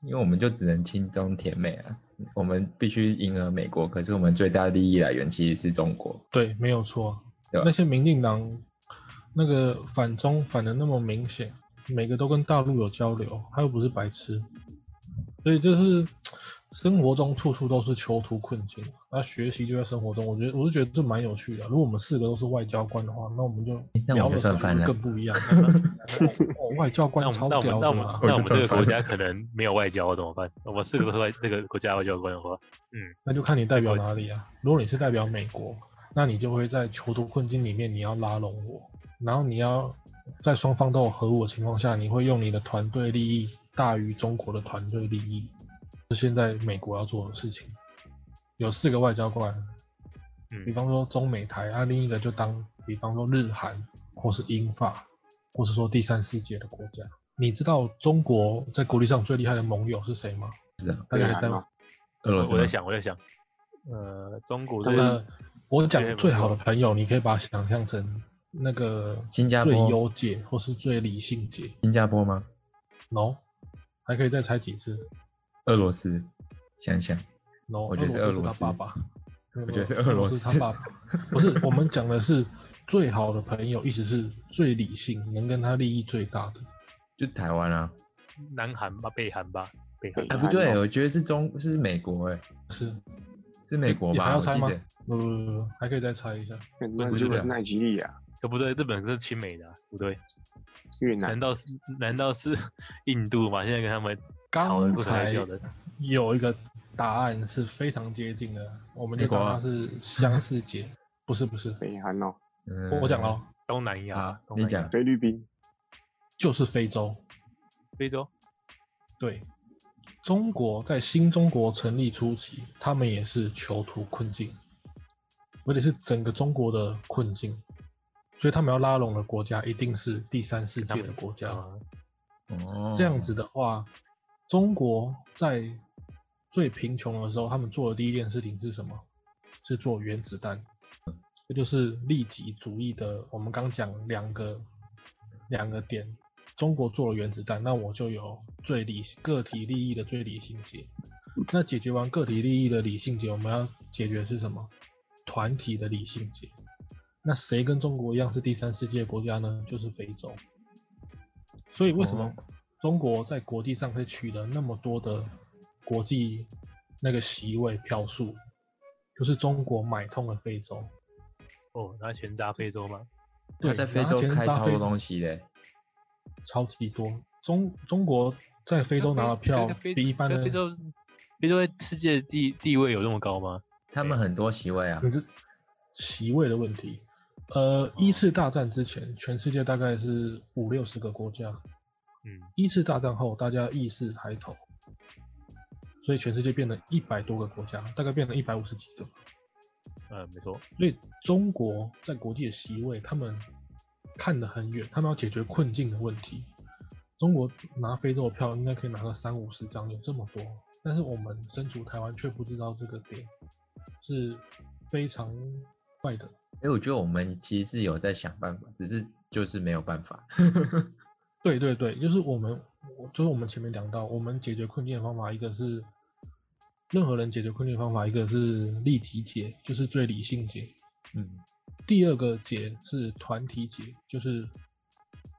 Speaker 3: 因为我们就只能轻中甜美啊，我们必须迎合美国，可是我们最大利益来源其实是中国，
Speaker 1: 对，没有错。
Speaker 3: 对吧
Speaker 1: 那些民进党那个反中反的那么明显，每个都跟大陆有交流，他又不是白痴，所以就是生活中处处都是囚徒困境。那学习就在生活中，我觉得我是觉得这蛮有趣的。如果我们四个都是外交官的话，那我们就
Speaker 3: 那
Speaker 1: 聊
Speaker 3: 我们
Speaker 1: 的
Speaker 3: 算
Speaker 1: 程
Speaker 3: 翻
Speaker 1: 度
Speaker 3: 了
Speaker 1: 更不一样。 哦外交
Speaker 4: 那
Speaker 1: 官
Speaker 4: 我们
Speaker 1: 超
Speaker 4: 那我
Speaker 1: 屌
Speaker 4: 们那
Speaker 1: 的啊
Speaker 4: 我们
Speaker 1: 嘛，
Speaker 4: 那我们
Speaker 3: 我就
Speaker 4: 这个
Speaker 3: 转
Speaker 4: 国家可能没有外交怎么办？我们四个都是外那个国家外交官的话，
Speaker 1: 那就看你代表哪里啊。如果你是代表美国，那你就会在囚徒困境里面，你要拉拢我，然后你要在双方都有合我的情况下，你会用你的团队利益大于中国的团队利益，是现在美国要做的事情。有四个外交官，比
Speaker 4: 嗯，
Speaker 1: 方说中美台，啊，另一个就当比方说日韩或是英法，或是说第三世界的国家。你知道中国在国际上最厉害的盟友是谁吗？
Speaker 3: 是啊，
Speaker 1: 大家还
Speaker 2: 越
Speaker 1: 在
Speaker 2: 南吗
Speaker 3: 俄
Speaker 4: 我
Speaker 3: 罗斯
Speaker 4: 我
Speaker 3: 吗
Speaker 4: 在想我在想，呃，中国
Speaker 1: 他
Speaker 4: 对
Speaker 1: 们，我
Speaker 4: 对
Speaker 1: 讲最
Speaker 4: 没错
Speaker 1: 好的朋友，你可以把它想象成那个
Speaker 3: 新加坡
Speaker 1: 最优解或是最理性解
Speaker 3: 新加坡吗？
Speaker 1: ，no，还可以再猜几次
Speaker 3: 俄罗斯，想想，
Speaker 1: ，no，
Speaker 3: 我觉得是
Speaker 1: 俄
Speaker 3: 俄罗
Speaker 1: 罗
Speaker 3: 斯
Speaker 1: 斯他爸爸，
Speaker 3: 我觉得是
Speaker 1: 俄
Speaker 3: 俄罗
Speaker 1: 斯
Speaker 3: 斯
Speaker 1: 他爸爸，不是我们讲的是最好的朋友，意思是最理性，能跟他利益最大的。
Speaker 3: 就台湾啊，
Speaker 4: 南韩吧，北韩吧，北韩啊
Speaker 2: 对
Speaker 3: 哎不对，
Speaker 1: 哦
Speaker 3: 我觉得是中是美国哎、
Speaker 1: 是，
Speaker 3: 是美国
Speaker 1: 你还
Speaker 3: 吧？
Speaker 1: 要
Speaker 3: 我
Speaker 1: 猜
Speaker 3: 记
Speaker 1: 吗
Speaker 3: 得，？
Speaker 1: 不不不不，还可以再猜一下。
Speaker 2: 那
Speaker 3: 不
Speaker 2: 如果
Speaker 3: 是
Speaker 2: 是奈及利亚、
Speaker 4: 可呃不对，日本是亲美的啊，不对，
Speaker 2: 越南
Speaker 4: 难，道是难道是 印度吗？现在跟他们吵得
Speaker 1: 刚
Speaker 4: 不可开
Speaker 1: 才
Speaker 4: 交的，
Speaker 1: 有一个答案是非常接近的，我们就
Speaker 3: 美国
Speaker 1: 当
Speaker 3: 啊
Speaker 1: 它是相似解，不是不是，
Speaker 2: 北韩哦，
Speaker 3: 嗯
Speaker 1: 我讲了哦。
Speaker 4: 东南亚
Speaker 3: 啊，
Speaker 4: 东
Speaker 3: 你
Speaker 4: 南亚
Speaker 3: 讲
Speaker 2: 菲律宾、
Speaker 1: 就是非洲。
Speaker 4: 非洲，
Speaker 1: 对，中国在新中国成立初期，他们也是囚徒困境，而且是整个中国的困境，所以他们要拉拢的国家一定是第三世界的国家。
Speaker 4: 啊，
Speaker 3: 哦，
Speaker 1: 这样子的话，中国在最贫穷的时候，他们做的第一件事情是什么？是做原子弹，这就是利己主义的。我们刚讲两个两个点，中国做了原子弹，那我就有最理个体利益的最理性解。那解决完个体利益的理性解，我们要解决的是什么？团体的理性解。那谁跟中国一样是第三世界国家呢？就是非洲。所以为什么
Speaker 3: 哦
Speaker 1: 中国在国际上会取得那么多的国际那个席位票数，就是中国买通了非洲，
Speaker 4: 哦，他全扎非洲吗？
Speaker 3: 他
Speaker 1: 对，
Speaker 3: 在非
Speaker 1: 然后
Speaker 3: 洲
Speaker 1: 钱
Speaker 3: 开
Speaker 1: 砸
Speaker 3: 超
Speaker 1: 非
Speaker 3: 多东西嘞，
Speaker 1: 超级多。中中国在非洲拿的票
Speaker 4: 可是非
Speaker 1: 比一般
Speaker 4: 可
Speaker 1: 的
Speaker 4: 是非洲，非洲在世界地地位有那么高吗？
Speaker 3: 他们很多席位啊
Speaker 1: 你，是席位的问题。呃，一次大战之前，全世界大概是五六十个国家。
Speaker 4: 嗯，
Speaker 1: 一次大战后，大家意识抬头，所以全世界变了一百多个国家，大概变了一百五十几个。
Speaker 4: 呃，没错，
Speaker 1: 所以中国在国际的席位，他们看得很远，他们要解决困境的问题。中国拿非洲的票应该可以拿个三五十张，有这么多，但是我们身处台湾却不知道这个点是非常坏的。
Speaker 3: 哎、我觉得我们其实有在想办法，只是就是没有办法。
Speaker 1: 对对对，就是我们，我就是我们前面讲到，我们解决困境的方法，一个是任何人解决困境的方法，一个是利己解，就是最理性解，
Speaker 3: 嗯，
Speaker 1: 第二个解是团体解，就是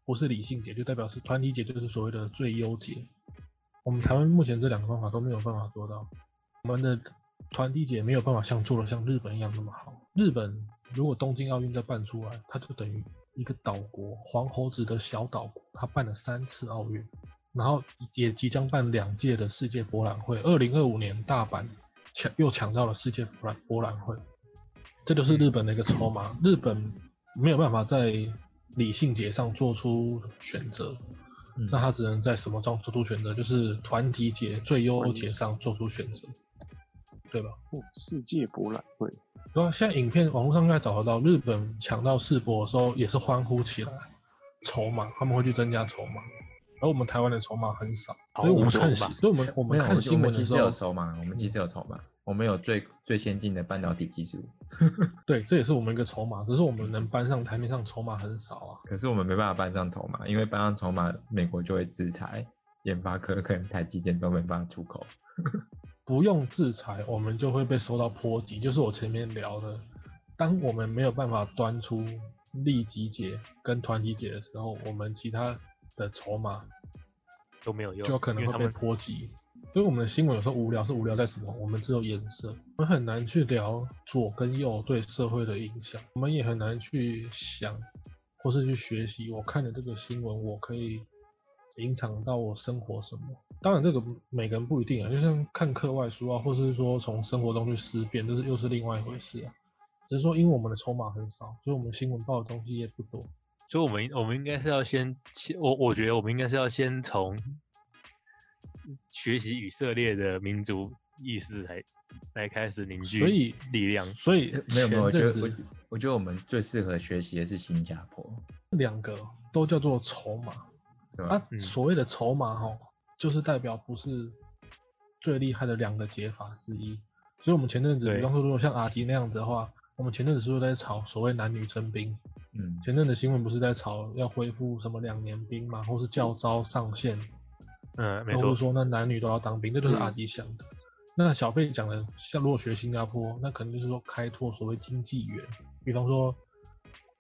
Speaker 1: 不是理性解，就代表是团体解，就是所谓的最优解。我们台湾目前这两个方法都没有办法做到，我们的团体解没有办法像做的像日本一样那么好。日本如果东京奥运再办出来，它就等于一个岛国黄猴子的小岛国，它办了三次奥运，然后也即将办两届的世界博览会。二零二五年大阪抢又抢到了世界博览博览会，这就是日本的一个筹码。日本没有办法在理性节上做出选择，
Speaker 3: 嗯
Speaker 1: 那他只能在什么上做出选择？就是团体节、最优解上做出选择，对吧？
Speaker 2: 哦，世界博览会，
Speaker 1: 对啊，现在影片网络上应该找得到，日本抢到世博的时候也是欢呼起来，筹码他们会去增加筹码，而我们台湾的筹码很少，
Speaker 4: 毫
Speaker 1: 所以我们
Speaker 4: 无筹
Speaker 1: 看
Speaker 4: 码
Speaker 1: 新，所以我们我
Speaker 3: 没
Speaker 1: 们
Speaker 3: 有，我
Speaker 1: 看
Speaker 3: 们我
Speaker 1: 新
Speaker 3: 们
Speaker 1: 闻的
Speaker 3: 其
Speaker 1: 时
Speaker 3: 实有
Speaker 1: 候，嗯
Speaker 3: 筹码，我们其实有筹码，我们有最最先进的半导体技术，
Speaker 1: 对，这也是我们一个筹码，只是我们能搬上台面上筹码很少啊。
Speaker 3: 可是我们没办法搬上筹码，因为搬上筹码，美国就会制裁研发科跟台积电都没办法出口。
Speaker 1: 不用制裁，我们就会被受到波及。就是我前面聊的，当我们没有办法端出利己解跟团体解的时候，我们其他的筹码
Speaker 4: 都没有用，
Speaker 1: 就可能
Speaker 4: 因
Speaker 1: 会
Speaker 4: 为他
Speaker 1: 被
Speaker 4: 们
Speaker 1: 波及。所以我们的新闻有时候无聊是无聊在什么？我们只有颜色，我们很难去聊左跟右对社会的影响，我们也很难去想或是去学习。我看了这个新闻，我可以影响到我生活什么？当然，这个每个人不一定啊，就像看课外书啊，或是说从生活中去思辨，这是又是另外一回事啊。只是说，因为我们的筹码很少，所以我们新闻报的东西也不多。
Speaker 4: 所以我们我们应该是要先，先我我觉得我们应该是要先从学习以色列的民族意识来来开始凝聚
Speaker 1: 所以
Speaker 4: 力量。
Speaker 1: 所以
Speaker 3: 没有没有，我
Speaker 1: 前
Speaker 3: 觉
Speaker 1: 阵
Speaker 3: 得
Speaker 1: 子
Speaker 3: 我我觉得我们最适合学习的是新加坡，
Speaker 1: 两个都叫做筹码。
Speaker 3: 对吧？
Speaker 1: 啊，
Speaker 4: 嗯
Speaker 1: 所谓的筹码哈，就是代表不是最厉害的两个解法之一。所以，我们前阵子，
Speaker 4: 对
Speaker 1: 比方说，如果像阿吉那样子的话，我们前阵子是不是在吵所谓男女征兵？
Speaker 3: 嗯，
Speaker 1: 前阵子新闻不是在吵要恢复什么两年兵嘛，或是教招上限，
Speaker 4: 嗯，没
Speaker 1: 或
Speaker 4: 错
Speaker 1: 是，说那男女都要当兵，这就是
Speaker 2: 嗯
Speaker 1: 阿吉想的。那小贝讲的，像如果学新加坡，那可能就是说开拓所谓经济源，比方说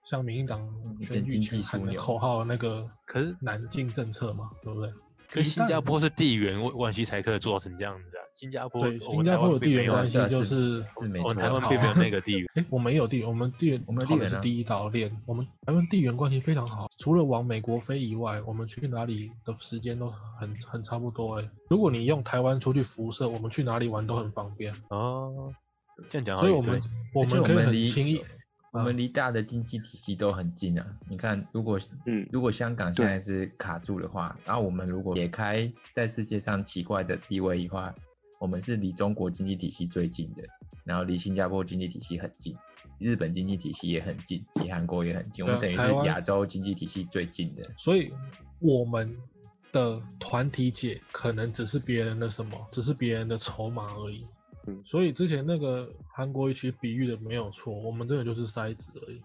Speaker 1: 像民进党选
Speaker 3: 变
Speaker 1: 举
Speaker 3: 嗯经
Speaker 1: 前
Speaker 3: 济
Speaker 1: 喊
Speaker 3: 枢
Speaker 1: 的
Speaker 3: 纽
Speaker 1: 口号那个
Speaker 4: 可是
Speaker 1: 南进政策嘛，对不对？
Speaker 4: 可是
Speaker 1: 一
Speaker 4: 新加
Speaker 1: 旦
Speaker 4: 坡是地缘关系才可以做成这样子啊。新加坡，
Speaker 1: 对
Speaker 4: 我
Speaker 1: 新加坡有地缘
Speaker 4: 我
Speaker 1: 关
Speaker 4: 们
Speaker 1: 系
Speaker 4: 台湾并没有
Speaker 1: 就
Speaker 3: 对啊
Speaker 4: 啊
Speaker 1: 是哦
Speaker 3: 是是没
Speaker 4: 我
Speaker 3: 错
Speaker 4: 们台
Speaker 3: 的，
Speaker 4: 湾并没有那个地缘。
Speaker 1: 哎，我们也有地缘，我们地缘
Speaker 3: 我们有
Speaker 1: 靠
Speaker 3: 地
Speaker 1: 的
Speaker 3: 缘
Speaker 1: 是
Speaker 3: 啊
Speaker 1: 第一岛链，我们台湾地缘关系非常好，除了往美国飞以外，我们去哪里的时间都很很差不多哎。如果你用台湾出去辐射，我们去哪里玩都很方便，
Speaker 4: 哦，这样讲好
Speaker 1: 所以
Speaker 4: 像
Speaker 1: 我
Speaker 4: 也对
Speaker 1: 们。我
Speaker 3: 而且
Speaker 1: 们可以很
Speaker 3: 离
Speaker 1: 轻易，啊
Speaker 3: 我们离大的经济体系都很近啊。你看，如果
Speaker 2: 嗯
Speaker 3: 如果香港
Speaker 2: 对
Speaker 3: 现在是卡住的话，然后我们如果解开在世界上奇怪的地位的话，我们是离中国经济体系最近的，然后离新加坡经济体系很近，日本经济体系也很近，离韩国也很近，我
Speaker 1: 对啊
Speaker 3: 们等于
Speaker 1: 台湾
Speaker 3: 是亚洲经济体系最近的。
Speaker 1: 所以我们的团体解可能只是别人的什么，只是别人的筹码而已。
Speaker 2: 嗯
Speaker 1: 所以之前那个韩国瑜其实比喻的没有错，我们这个就是筛子而已。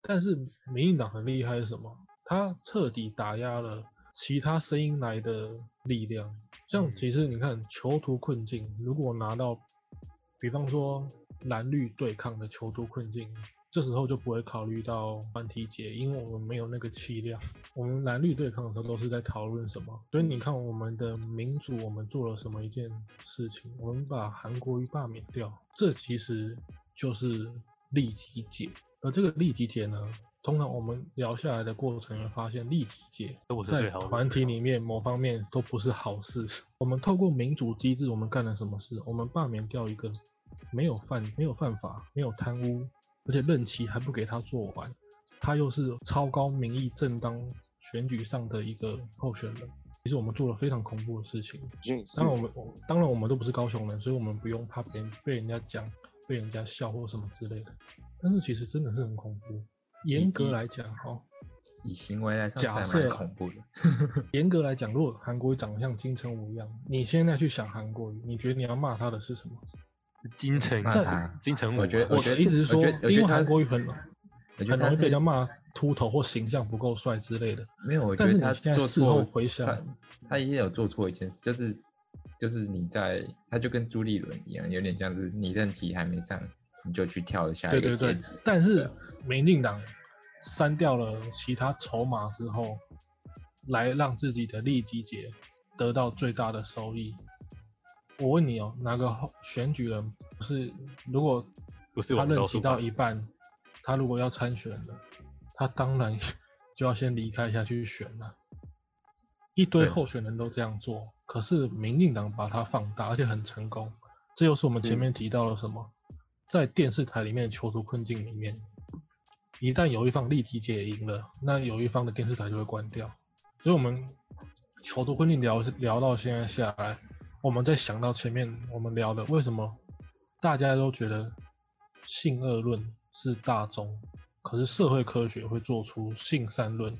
Speaker 1: 但是民进党很厉害是什么？他彻底打压了其他声音来的力量。像
Speaker 3: 嗯
Speaker 1: 其实你看囚徒困境，如果拿到，比方说蓝绿对抗的囚徒困境，这时候就不会考虑到团体解，因为我们没有那个气量。我们蓝绿对抗的时候都是在讨论什么？所以你看我们的民主，我们做了什么一件事情？我们把韩国瑜罢免掉，这其实就是利己解。而这个利己解呢，通常我们聊下来的过程会发现，利己解
Speaker 4: 都不是
Speaker 1: 在
Speaker 4: 最好的
Speaker 1: 团体
Speaker 4: 对吧
Speaker 1: 里面某方面都不是好事。 我们透过民主机制，我们干了什么事？我们罢免掉一个没有犯、没有犯法、没有贪污，而且任期还不给他做完，他又是超高民意正当选举上的一个候选人。其实我们做了非常恐怖的事情。
Speaker 2: 好像也是
Speaker 1: 当然我们当然我们都不是高雄人，所以我们不用怕别人被人家讲、被人家笑或什么之类的。但是其实真的是很恐怖。严格来讲，哈、
Speaker 3: 以行为来上
Speaker 1: 假
Speaker 3: 是还
Speaker 1: 设
Speaker 3: 蛮恐怖的。
Speaker 1: 严格来讲，如果韩国瑜长得像金城武一样，你现在去想韩国瑜，你觉得你要骂他的是什么？
Speaker 4: 金城
Speaker 3: 骂他
Speaker 4: 金城武啊，
Speaker 3: 我觉得
Speaker 1: 我
Speaker 3: 觉
Speaker 1: 的
Speaker 3: 得
Speaker 1: 意思是说
Speaker 3: 我觉得，我
Speaker 1: 因
Speaker 3: 觉
Speaker 1: 为
Speaker 3: 得他
Speaker 1: 韩国瑜很
Speaker 3: 我
Speaker 1: 很
Speaker 3: 觉得他
Speaker 1: 容易被人
Speaker 3: 是
Speaker 1: 家骂秃头或形象不够帅之类的。
Speaker 3: 没有，我
Speaker 1: 但
Speaker 3: 觉
Speaker 1: 是
Speaker 3: 得
Speaker 1: 你
Speaker 3: 他
Speaker 1: 现在
Speaker 3: 做
Speaker 1: 事后
Speaker 3: 错，
Speaker 1: 回想
Speaker 3: 他他也有做错一件事，就是就是你在，他就跟朱立伦一样，有点像是你任期还没上，你就去跳了下
Speaker 1: 对
Speaker 3: 一
Speaker 1: 对
Speaker 3: 个阶
Speaker 1: 对
Speaker 3: 级。，
Speaker 1: 但
Speaker 3: 对
Speaker 1: 是
Speaker 3: 啊
Speaker 1: 民进党删掉了其他筹码之后，来让自己的利基节得到最大的收益。我问你哦，哪个候选举人不是如果
Speaker 4: 不是我
Speaker 1: 他
Speaker 4: 们
Speaker 1: 任
Speaker 4: 少
Speaker 1: 期
Speaker 4: 数
Speaker 1: 到
Speaker 4: 派
Speaker 1: 一半，他如果要参选了，他当然 就要先离开一下去选了。一堆
Speaker 3: 对
Speaker 1: 候选人都这样做，可是民进党把它放大，而且很成功。这又是我们前
Speaker 2: 嗯
Speaker 1: 面提到了什么，在电视台里面囚徒困境里面，一旦有一方立即解赢了，那有一方的电视台就会关掉。所以我们囚徒困境聊是聊到现在下来，我们在想到前面我们聊的，为什么大家都觉得性恶论是大宗，可是社会科学会做出性善论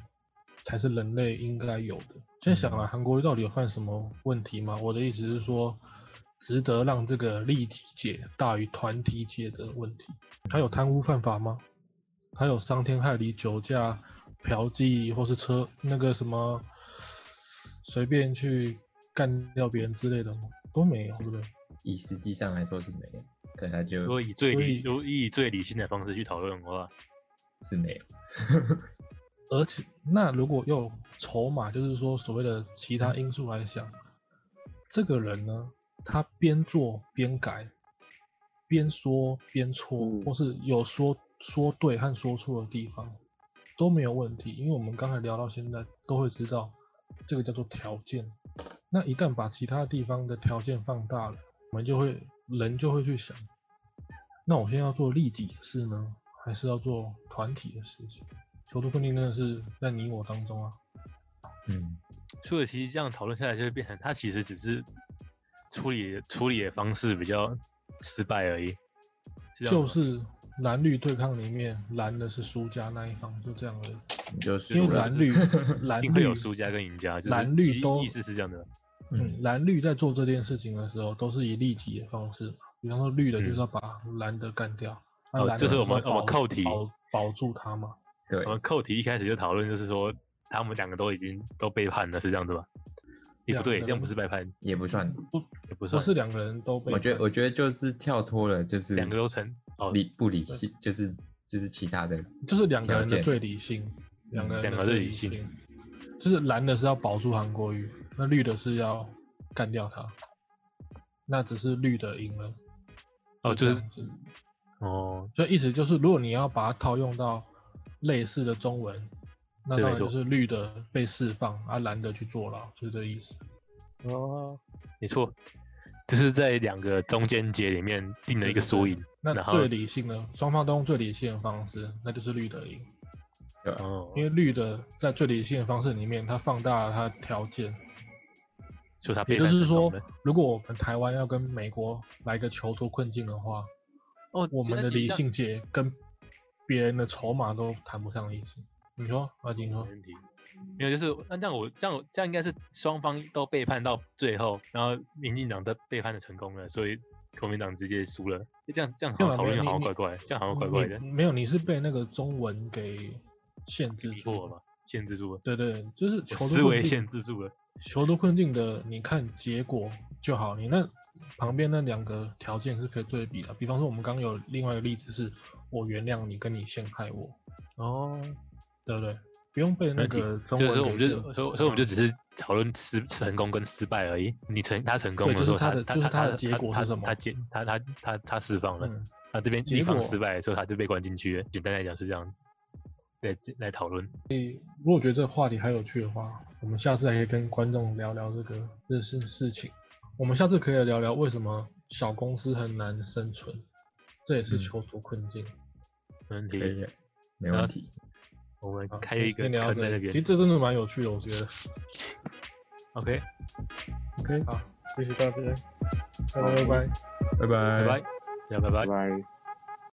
Speaker 1: 才是人类应该有的。现在想来，韩国瑜到底有犯什么问题吗？我的意思是说，值得让这个利己界大于团体界的问题。他有贪污犯法吗？他有伤天害理、酒驾、嫖妓或是车那个什么随便去干掉别人之类的吗？都没有，对不对？
Speaker 3: 以实际上来说是没有，可能他
Speaker 4: 如
Speaker 3: 就
Speaker 4: 果以最
Speaker 1: 所
Speaker 4: 理，
Speaker 1: 以
Speaker 4: 如果以最理性的方式去讨论的话，
Speaker 3: 是没有。
Speaker 1: 而且，那如果用筹码，就是说所谓的其他因素来想，这个人呢，他边做边改，边说边错，
Speaker 2: 嗯
Speaker 1: 或是有说说对和说错的地方都没有问题，因为我们刚才聊到现在都会知道，这个叫做条件。那一旦把其他地方的条件放大了，我们就会人就会去想，那我现在要做利己的事呢，还是要做团体的事情？囚徒困境真的是在你我当中啊。
Speaker 3: 嗯，
Speaker 4: 所以其实这样讨论下来，就会变成他其实只是处理处理的方式比较失败而已。是这样
Speaker 1: 就
Speaker 4: 吗
Speaker 1: 是蓝绿对抗里面，蓝的是输家那一方，就这样而已。
Speaker 3: 你就
Speaker 1: 因
Speaker 3: 输
Speaker 1: 为
Speaker 3: 了
Speaker 1: 蓝。绿 蓝
Speaker 4: 一定会有
Speaker 1: 绿
Speaker 4: 输家跟赢家，就是
Speaker 1: 蓝绿
Speaker 4: 其
Speaker 1: 都
Speaker 4: 意思是这样的。
Speaker 1: 嗯，
Speaker 3: 嗯，
Speaker 1: 蓝绿在做这件事情的时候，都是以利己的方式嘛，比方说绿的就是
Speaker 4: 嗯
Speaker 1: 要把蓝的干掉，那
Speaker 4: 哦
Speaker 1: 蓝的
Speaker 4: 这是我们
Speaker 1: 要
Speaker 4: 我们
Speaker 1: 保
Speaker 4: 扣题
Speaker 1: 保保住他嘛。
Speaker 3: 对
Speaker 4: 我，们扣题一开始就讨论，就是说他们两个都已经都背叛了，是这样子吧？也不对，
Speaker 1: 两个
Speaker 4: 这样不是背叛，
Speaker 3: 也不算。
Speaker 4: 也不
Speaker 1: 啊不
Speaker 4: 算，
Speaker 1: 是两个人都被，
Speaker 3: 我觉得，我觉得就是跳脱了，就是
Speaker 4: 两个都成哦，
Speaker 3: 理不理性，就是就是其他的，
Speaker 1: 就是两个人
Speaker 3: 条
Speaker 1: 的
Speaker 3: 件
Speaker 1: 最理性，两个人
Speaker 4: 两个
Speaker 1: 的
Speaker 4: 最
Speaker 1: 最
Speaker 4: 理
Speaker 1: 理
Speaker 4: 性
Speaker 1: 性，就是蓝的是要保住韩国瑜，那绿的是要干掉他，那只是绿的赢了。
Speaker 4: 哦
Speaker 1: 这
Speaker 4: 就是
Speaker 1: 样子
Speaker 4: 哦，
Speaker 1: 所以意思就是，如果你要把它套用到类似的中文，那
Speaker 4: 对
Speaker 1: 当然
Speaker 4: 没错
Speaker 1: 就是绿的被释放，啊蓝的去坐牢，就是这意思。
Speaker 4: 哦，没错，就是在两个中间节里面定了一个输赢。
Speaker 1: 那
Speaker 4: 然后
Speaker 1: 最理性的，双方都用最理性的方式，那就是绿的赢，
Speaker 4: 哦，
Speaker 1: 因为绿的在最理性的方式里面，它放大了它的条件，
Speaker 4: 就他背
Speaker 1: 也
Speaker 4: 叛
Speaker 1: 就是
Speaker 4: 成功
Speaker 1: 说
Speaker 4: 了，
Speaker 1: 如果我们台湾要跟美国来个囚徒困境的话，
Speaker 4: 哦
Speaker 1: 我们的理。
Speaker 4: 其实
Speaker 1: 性界跟别人的筹码都谈不上意思。你说，阿金
Speaker 4: 没
Speaker 1: 说，
Speaker 4: 问题。没有，就是那这样我这样我这样应该是双方都背叛到最后，然后民进党的背叛的成功了，所以国民党直接输了。这样这样好
Speaker 1: 没有啦
Speaker 4: 像讨论
Speaker 1: 没有
Speaker 4: 好像
Speaker 1: 你
Speaker 4: 怪怪，这样好像怪怪的，
Speaker 1: 你没有，你是被那个中文给限制
Speaker 4: 迷惑
Speaker 1: 住
Speaker 4: 了。嘛，限制住了，
Speaker 1: 对对，就是
Speaker 4: 我
Speaker 1: 囚徒
Speaker 4: 思维
Speaker 1: 困境，
Speaker 4: 限制住了。
Speaker 1: 囚徒困境的，你看结果就好。你那旁边那两个条件是可以对比的。比方说，我们刚刚有另外一个例子是，我原谅你，跟你陷害我，
Speaker 4: 哦，
Speaker 1: 对不对？不用被
Speaker 4: 没
Speaker 1: 那
Speaker 4: 问题
Speaker 1: 个中
Speaker 4: 就是
Speaker 1: 文给嗯限
Speaker 4: 说我们就
Speaker 1: 制
Speaker 4: 是
Speaker 1: 住，
Speaker 4: 所以所以我们就只是讨论失成功跟失败而已。你成他成功
Speaker 1: 对
Speaker 4: 了，
Speaker 1: 就是
Speaker 4: 说
Speaker 1: 他
Speaker 4: 他
Speaker 1: 的
Speaker 4: 他
Speaker 1: 就是
Speaker 4: 他
Speaker 1: 他的结果
Speaker 4: 他
Speaker 1: 是什么
Speaker 4: 他解他他他他释放了，
Speaker 1: 嗯，
Speaker 4: 他啊这边
Speaker 1: 结
Speaker 4: 一方
Speaker 1: 果
Speaker 4: 失败的时候，他就被关进去了。简单来讲是这样子。来来讨论，
Speaker 1: 如果觉得这个话题还有趣的话，我们下次还可以跟观众聊聊这个这事事情。我们下次可以聊聊为什么小公司很难生存，这也是
Speaker 3: 嗯
Speaker 1: 囚徒困境。
Speaker 4: 没
Speaker 3: 可
Speaker 4: 问题。
Speaker 3: 以了，没问题。
Speaker 4: 我们
Speaker 1: 好
Speaker 4: 开
Speaker 1: 那
Speaker 4: 一
Speaker 1: 先
Speaker 4: 个
Speaker 1: 啊聊到
Speaker 4: 坑
Speaker 1: 这
Speaker 4: 在那
Speaker 1: 里其实
Speaker 4: 边。
Speaker 1: 这真的蛮有趣的，我觉得。
Speaker 4: OK，
Speaker 3: OK，
Speaker 1: 好，谢谢大家，拜拜拜拜。
Speaker 3: 拜拜，
Speaker 4: 拜拜，大家拜
Speaker 2: 拜。
Speaker 4: 拜
Speaker 2: 拜。